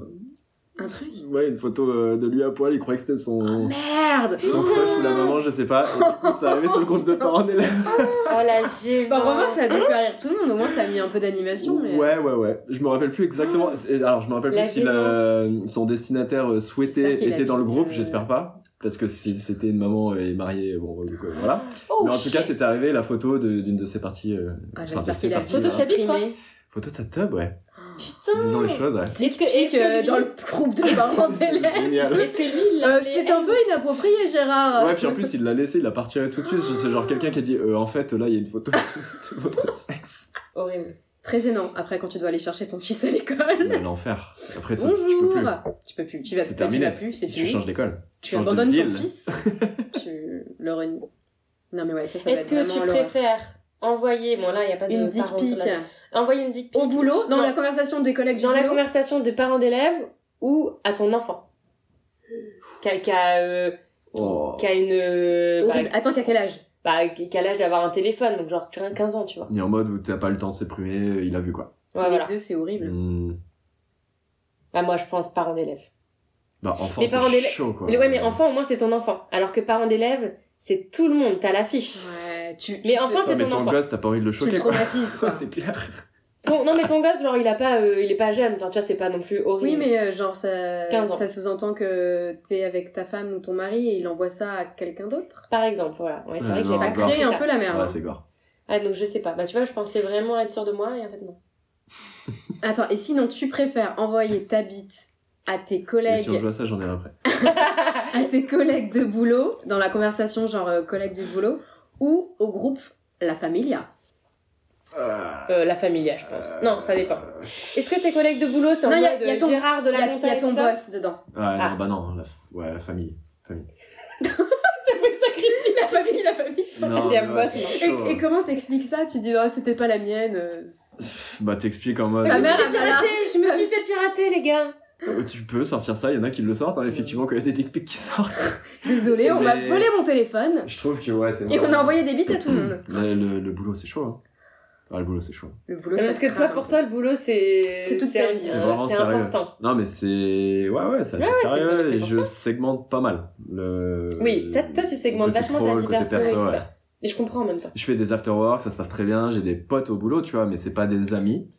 S3: Un truc Ah,
S1: ouais, une photo euh, de lui à poil, il croyait que c'était son.
S3: Merde
S1: son Oh. crush ou la maman, je sais pas. Et ça arrivait sur le groupe de parents d'élèves.
S2: Oh la gêne.
S3: Bah, remarque, ça a
S2: hein
S3: dû faire rire tout le monde, au moins ça a mis un peu d'animation. Mais... euh, Ah.
S1: Ouais, ouais, ouais. Je me rappelle plus exactement. C'est- Alors, je me rappelle
S2: La
S1: plus si la- son destinataire euh,
S3: J'espère
S1: souhaité
S3: qu'il a
S1: était dans le
S3: juste,
S1: groupe,
S3: euh,
S1: j'espère pas. Parce que si c'était une maman et mariée, bon, bah, du coup, voilà.
S2: Oh,
S1: Mais en tout cas,
S2: shit.
S1: c'était arrivé la photo de- d'une de, ses parties. euh,
S3: Ah,
S1: Enfin, hein. de
S3: J'espère
S1: ces
S3: qu'il a
S1: parties-là.
S2: Photo de sa bite, quoi.
S3: imprimé.
S1: Photo de sa tub, ouais.
S3: Ah.
S2: Putain.
S1: Disons les choses, ouais.
S2: Est-ce que,
S3: Et
S2: est-ce que lui-
S3: que euh, dans le groupe de parents
S1: C'est
S3: d'élèves.
S1: génial.
S2: Est-ce que lui, il
S3: Euh,
S2: l'appelait
S3: C'est un peu inapproprié, Gérard
S1: Ouais, puis en plus, il l'a laissé, il l'a partiré tout de suite. C'est genre quelqu'un qui a dit euh, En fait, là, il y a une photo de votre sexe.
S2: Horrible.
S3: Très gênant, après quand tu dois aller chercher ton fils à l'école.
S1: Mais l'enfer. Après, toi,
S3: Bonjour
S1: tu peux plus.
S3: Tu peux plus, tu vas
S1: C'est
S3: plus,
S1: terminé.
S3: tu vas plus, c'est
S1: Tu
S3: fini.
S1: changes d'école.
S3: Tu
S1: changes de
S3: abandonnes ton
S1: ville.
S3: fils, tu le renies. Non mais ouais, ça, ça va
S2: Est-ce
S3: être
S2: que
S3: vraiment
S2: tu
S3: l'horreur.
S2: préfères envoyer, bon là, il n'y a pas de
S3: Une dick
S2: parents autour
S3: pic
S2: de la- Envoyer une dick pic
S3: au boulot, dans
S2: Non.
S3: la conversation des collègues du
S2: dans la
S3: boulot.
S2: conversation de parents d'élèves ou à ton enfant qui a, qui a, euh,
S1: Oh.
S2: qui a une euh, bah,
S3: Horrible. Attends, qu'à quel âge
S2: bah, qui a l'âge d'avoir un téléphone donc genre plus rien de 15 ans tu vois
S1: Il est en mode où t'as pas le temps de s'éprimer, il a vu quoi.
S2: Ouais,
S3: Les
S2: voilà.
S3: deux, c'est horrible.
S1: Hmm.
S2: bah moi je pense parents d'élèves
S1: Bah, enfant,
S2: Les parents
S1: c'est
S2: d'élèves-
S1: chaud quoi.
S2: mais ouais mais enfant au moins c'est ton enfant alors que parents d'élèves c'est tout le monde t'as l'affiche
S3: Ouais, tu,
S2: Mais
S3: tu
S2: enfant,
S1: Ouais,
S2: c'est
S1: mais
S2: ton
S1: ton
S2: enfant.
S1: gosse, t'as pas envie de le
S3: tu le
S1: choquer quoi.
S3: traumatises, quoi.
S1: C'est clair.
S2: Ton- non mais ton gosse genre il a pas euh, il est pas jeune enfin tu vois c'est pas non plus horrible
S3: Oui, mais euh, genre, ça,
S2: 15 ans.
S3: ça sous-entend que t'es avec ta femme ou ton mari et il envoie ça à quelqu'un d'autre.
S2: par exemple voilà ouais, c'est
S1: Ouais,
S2: vrai que
S1: genre,
S3: Ça
S1: bah,
S3: crée un peu la
S2: Ah
S3: merde.
S1: Ouais, c'est gore.
S2: ouais, donc je sais pas bah tu vois je pensais vraiment être sûre de moi et en fait non
S3: Attends, et sinon, tu préfères envoyer ta bite à tes
S1: Et si on
S3: collègues,
S1: joue à ça, j'en ai un après.
S3: à tes collègues de boulot, dans la conversation genre euh, collègues du boulot, ou au groupe La Familia
S2: Euh, la familia je pense
S1: Euh,
S2: non ça dépend Est-ce que tes collègues de boulot, c'est en
S3: Non,
S2: mode
S3: y a- y a ton-
S2: Gérard de
S3: Il y
S2: la
S3: a, y
S2: Montagne
S3: a ton
S2: tout ça
S3: boss dedans.
S1: Ah,
S2: Ah.
S1: non, bah non, la, f- ouais, la famille. famille.
S3: la famille, la famille.
S1: Non,
S2: Ah, c'est à
S1: mais
S2: moi,
S1: ouais,
S2: c'est
S1: c'est chaud.
S3: Et, et comment t'expliques ça Tu dis, oh, c'était pas la mienne. euh,
S1: Pff, Bah, t'expliques en mode.
S3: Ta
S2: Je me
S3: mère,
S2: suis
S3: elle
S2: fait
S3: va là.
S2: pirater, je me suis fait pirater, les gars.
S1: Euh, Tu peux sortir ça, il y en a qui le sortent, hein, effectivement, quand il y a des dick pics qui sortent.
S3: Désolée, on m'a
S1: Mais-
S3: volé mon téléphone
S1: Je trouve que ouais, c'est
S3: et on a envoyé des bites à tout le monde.
S1: Le, le- le boulot, c'est chaud. Hein. Ah, le boulot, c'est chaud.
S3: Le boulot,
S2: Parce
S3: ça
S2: que toi,
S3: craint.
S2: pour toi, le boulot, c'est.
S3: C'est toute
S2: c'est
S3: ta
S2: un-
S3: vie.
S2: c'est
S3: C'est
S1: vraiment sérieux.
S2: important.
S1: Non, mais c'est. Ouais, ouais, ça, c'est
S2: c'est-
S1: sérieux.
S2: c'est
S1: et
S2: pour
S1: je segmente pas mal. Le...
S2: Oui, ça, toi, tu segmentes
S1: côté
S2: vachement
S1: pro,
S2: ta
S1: le
S2: vie
S1: côté
S2: perso et
S1: perso,
S2: tout
S1: ouais.
S2: ça. Et je comprends en même temps.
S1: Je fais des afterworks, ça se passe très bien. J'ai des potes au boulot, tu vois, mais c'est pas des amis.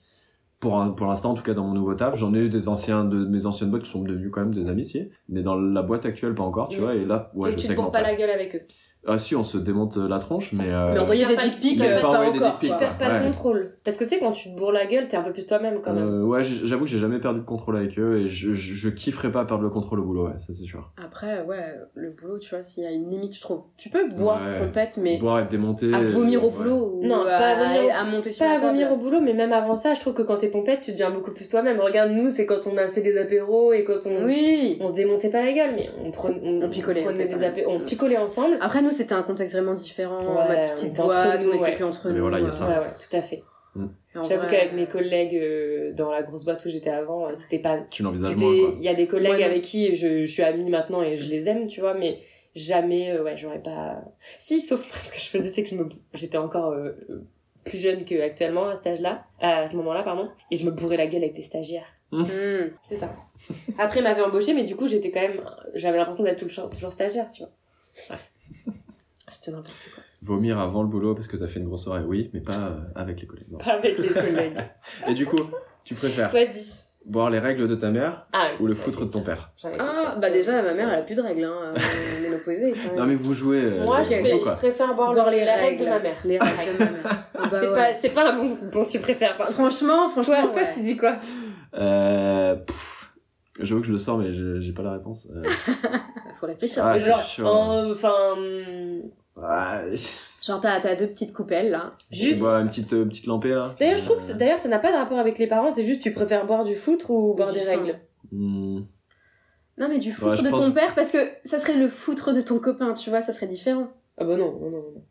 S1: Pour, un- pour l'instant, en tout cas, dans mon nouveau taf, j'en ai eu des anciens, de mes anciennes boîtes qui sont devenues quand même des amis, si. Mais dans la boîte actuelle, pas encore, tu
S2: Mm.
S1: vois. Et là, ouais,
S2: Donc
S1: je
S2: tu te bourres
S1: segmente.
S2: pas la
S1: ouais.
S2: gueule avec eux.
S1: Ah, si, on se démonte la tronche, mais. euh,
S3: Mais envoyer
S2: Tu
S3: des
S2: perds
S3: dick pics,
S1: pas-
S3: euh,
S1: pas
S3: pas
S1: envoyer des
S3: encore.
S1: dick pics,
S3: quoi.
S2: Tu perds pas
S1: ouais.
S2: le contrôle. Parce que tu sais, quand tu te bourres la gueule, t'es un peu plus toi-même quand même.
S1: Euh, ouais, j- j'avoue que j'ai jamais perdu de contrôle avec eux et je, je, je kifferais pas perdre le contrôle au boulot, ouais, ça c'est sûr.
S3: Après, ouais, le boulot, tu vois, s'il y a une limite, je trouve. Tu peux boire,
S1: Ouais.
S3: compète, mais
S1: Boire et démonter.
S3: à vomir au
S1: ouais.
S3: boulot ou
S2: Non,
S3: à,
S2: pas à vomir au-
S3: à monter sur
S2: Pas
S3: la
S2: à
S3: table.
S2: vomir au boulot, mais même avant ça, je trouve que quand t'es pompette, tu deviens beaucoup plus toi-même. Regarde, nous, c'est quand on a fait des apéros et quand on
S3: Oui.
S2: on se démontait pas la gueule, mais on, prenait, on,
S3: On picolait,
S2: prenait
S3: en fait,
S2: des
S3: ouais.
S2: apé- on picolait ensemble.
S3: Après, nous, c'était un contexte vraiment différent.
S2: Ouais,
S3: en mode
S2: on
S3: petite
S2: était entre
S3: boîte,
S2: nous,
S3: on était
S2: ouais.
S3: que entre
S1: Mais
S3: nous.
S1: voilà, il y a
S3: euh,
S1: ça.
S2: Ouais, ouais, tout à fait.
S3: en
S2: J'avoue
S3: vrai, euh,
S2: qu'avec mes collègues euh, dans la grosse boîte où j'étais avant, euh, c'était pas.
S1: Tu l'envisages moins,
S2: c'était-
S1: quoi.
S2: Il y a des collègues
S3: Ouais, non.
S2: avec qui je, je suis amie maintenant et je les aime, tu vois, mais jamais, euh, ouais, j'aurais pas. Si, sauf que ce que je faisais, c'est que je me... j'étais encore euh, euh, plus jeune qu'actuellement à cet âge-là, à ce moment-là, pardon, et je me bourrais la gueule avec des stagiaires.
S3: Mmh.
S2: C'est ça. Après, ils m'avaient embauché, mais du coup, j'étais quand même. J'avais l'impression d'être toujours, toujours stagiaire, tu vois. Bref. C'était n'importe quoi.
S1: Vomir avant le boulot parce que t'as fait une grosse soirée, oui, mais pas euh, avec les collègues. non.
S2: Pas avec les collègues.
S1: Et du coup, tu préfères
S2: Vas-y.
S1: boire les règles de ta mère
S2: Ah, oui,
S1: ou le
S2: j'en
S1: foutre
S2: étais
S1: de ton
S2: sûre,
S1: père
S2: j'en étais
S3: Ah,
S2: sûre,
S3: bah
S2: c'est-
S3: déjà, ma
S2: c'est
S3: mère,
S2: vrai.
S3: elle a plus de règles, hein. euh, Elle est opposée. quand même.
S1: Non mais vous jouez. euh,
S2: Moi,
S1: le
S2: je,
S3: j'ai-
S1: jeu,
S2: je
S1: quoi.
S2: préfère boire,
S3: Boire
S2: le-
S3: les
S2: la
S3: règles
S2: règle de ma mère.
S3: Les règles de ma mère. Ah bah
S2: C'est
S3: ouais.
S2: pas, c'est pas un bon, bon tu préfères. Enfin,
S3: Franchement, franchement,
S2: toi, toi,
S3: ouais.
S2: tu dis quoi
S1: Euh, pff, J'avoue que je le sors, mais je- j'ai pas la réponse. Euh,
S3: faut réfléchir.
S1: Ah, c'est
S2: Genre,
S1: chaud.
S3: hein.
S2: en- enfin, hum,
S1: ouais.
S3: Genre, t'as t'as deux petites coupelles là.
S2: juste.
S1: Boire une petite euh, petite lampée là.
S2: D'ailleurs, je trouve que c'est- d'ailleurs, ça n'a pas de rapport avec les parents. C'est juste, tu préfères boire du foutre ou boire
S3: Du
S2: des
S3: sang.
S2: règles.
S1: Hmm.
S3: Non, mais du foutre
S1: je
S3: de
S1: pense-
S3: ton père, parce que ça serait le foutre de ton copain, tu vois, ça serait différent.
S2: Ah bah non, non, non. non.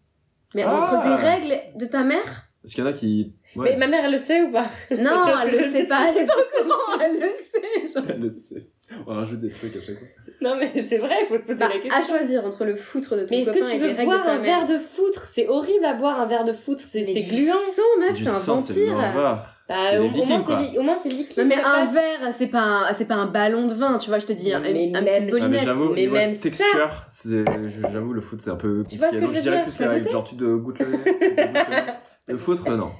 S3: Mais
S1: Ah.
S3: entre des règles de ta mère,
S1: Parce qu'il y en a qui.
S2: Mais
S1: Ouais,
S2: ma mère, elle le sait ou pas
S3: non,
S2: Je-
S3: elle
S2: je
S3: le
S2: sais
S3: sait pas, elle est pas au courant, elle le sait. genre.
S1: elle le sait. On rajoute des trucs à chaque fois.
S2: Non, mais c'est vrai, il faut se poser
S3: Bah,
S2: la question.
S3: à choisir entre le foutre de ton
S2: mais est-ce
S3: copain
S2: que tu
S3: et les
S2: veux
S3: règles de
S2: boire
S3: ta
S2: un
S3: mère.
S2: verre de foutre C'est horrible à boire un verre de foutre, c'est
S3: Mais
S2: c'est
S3: du
S2: gluant.
S3: sang, meuf,
S1: du
S3: t'es un
S1: sang, c'est le
S3: vampire.
S1: noir.
S2: Bah,
S1: c'est
S2: au,
S1: les
S2: au moins,
S1: vikings,
S2: c'est
S1: quoi.
S2: li- au moins, c'est liquide.
S3: Non, mais
S2: c'est
S3: un
S2: pas-
S3: verre, c'est pas, un- c'est pas un ballon de vin, tu vois, je te dis, un,
S2: Mais
S3: un
S2: même
S3: petit
S1: Ah, mais
S2: Honnête,
S3: bolinette.
S1: j'avoue,
S2: mais
S1: niveau
S2: même ça.
S1: texture, c'est- j'avoue, le foot, c'est un peu
S2: Tu vois ce
S1: compliqué. Donc,
S2: que je veux
S1: je dirais
S2: dire
S1: plus
S3: T'as
S1: la règle,
S3: goûté
S1: genre, tu te goûtes le nez. tu te goûtes le nez. Le foutre, non.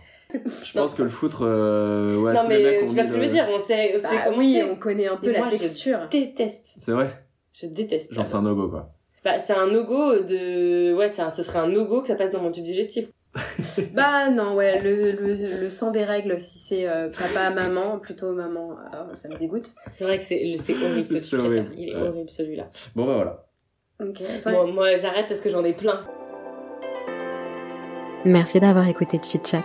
S1: Je pense que le foutre, euh, ouais,
S2: non,
S1: tous les
S2: mais
S1: mecs
S2: tu
S1: ont
S2: vois
S1: mis
S2: ce que je
S1: le-
S2: veux dire On sait, on
S3: Bah
S2: sait comment
S3: oui,
S2: c'est.
S3: on connaît un peu
S2: Mais
S3: la
S2: moi, je-
S3: texture.
S2: déteste.
S1: C'est vrai
S2: Je déteste.
S1: Genre,
S2: ça.
S1: c'est un no-go, quoi.
S2: Bah, c'est un no-go de. Ouais, c'est un- ce serait un no-go que ça passe dans mon tube digestif.
S3: Bah non, ouais, le, le, le sang des règles, si c'est euh, papa, maman, plutôt maman, ah, ça me dégoûte.
S2: C'est vrai que c'est le- c'est horrible ce
S1: C'est
S2: truc à faire.
S1: horrible,
S2: Il est
S1: ouais.
S2: horrible celui-là.
S1: Bon, bah voilà.
S3: Ok, attends.
S2: Moi, moi, j'arrête parce que j'en ai plein.
S4: Merci d'avoir écouté Chit Chat.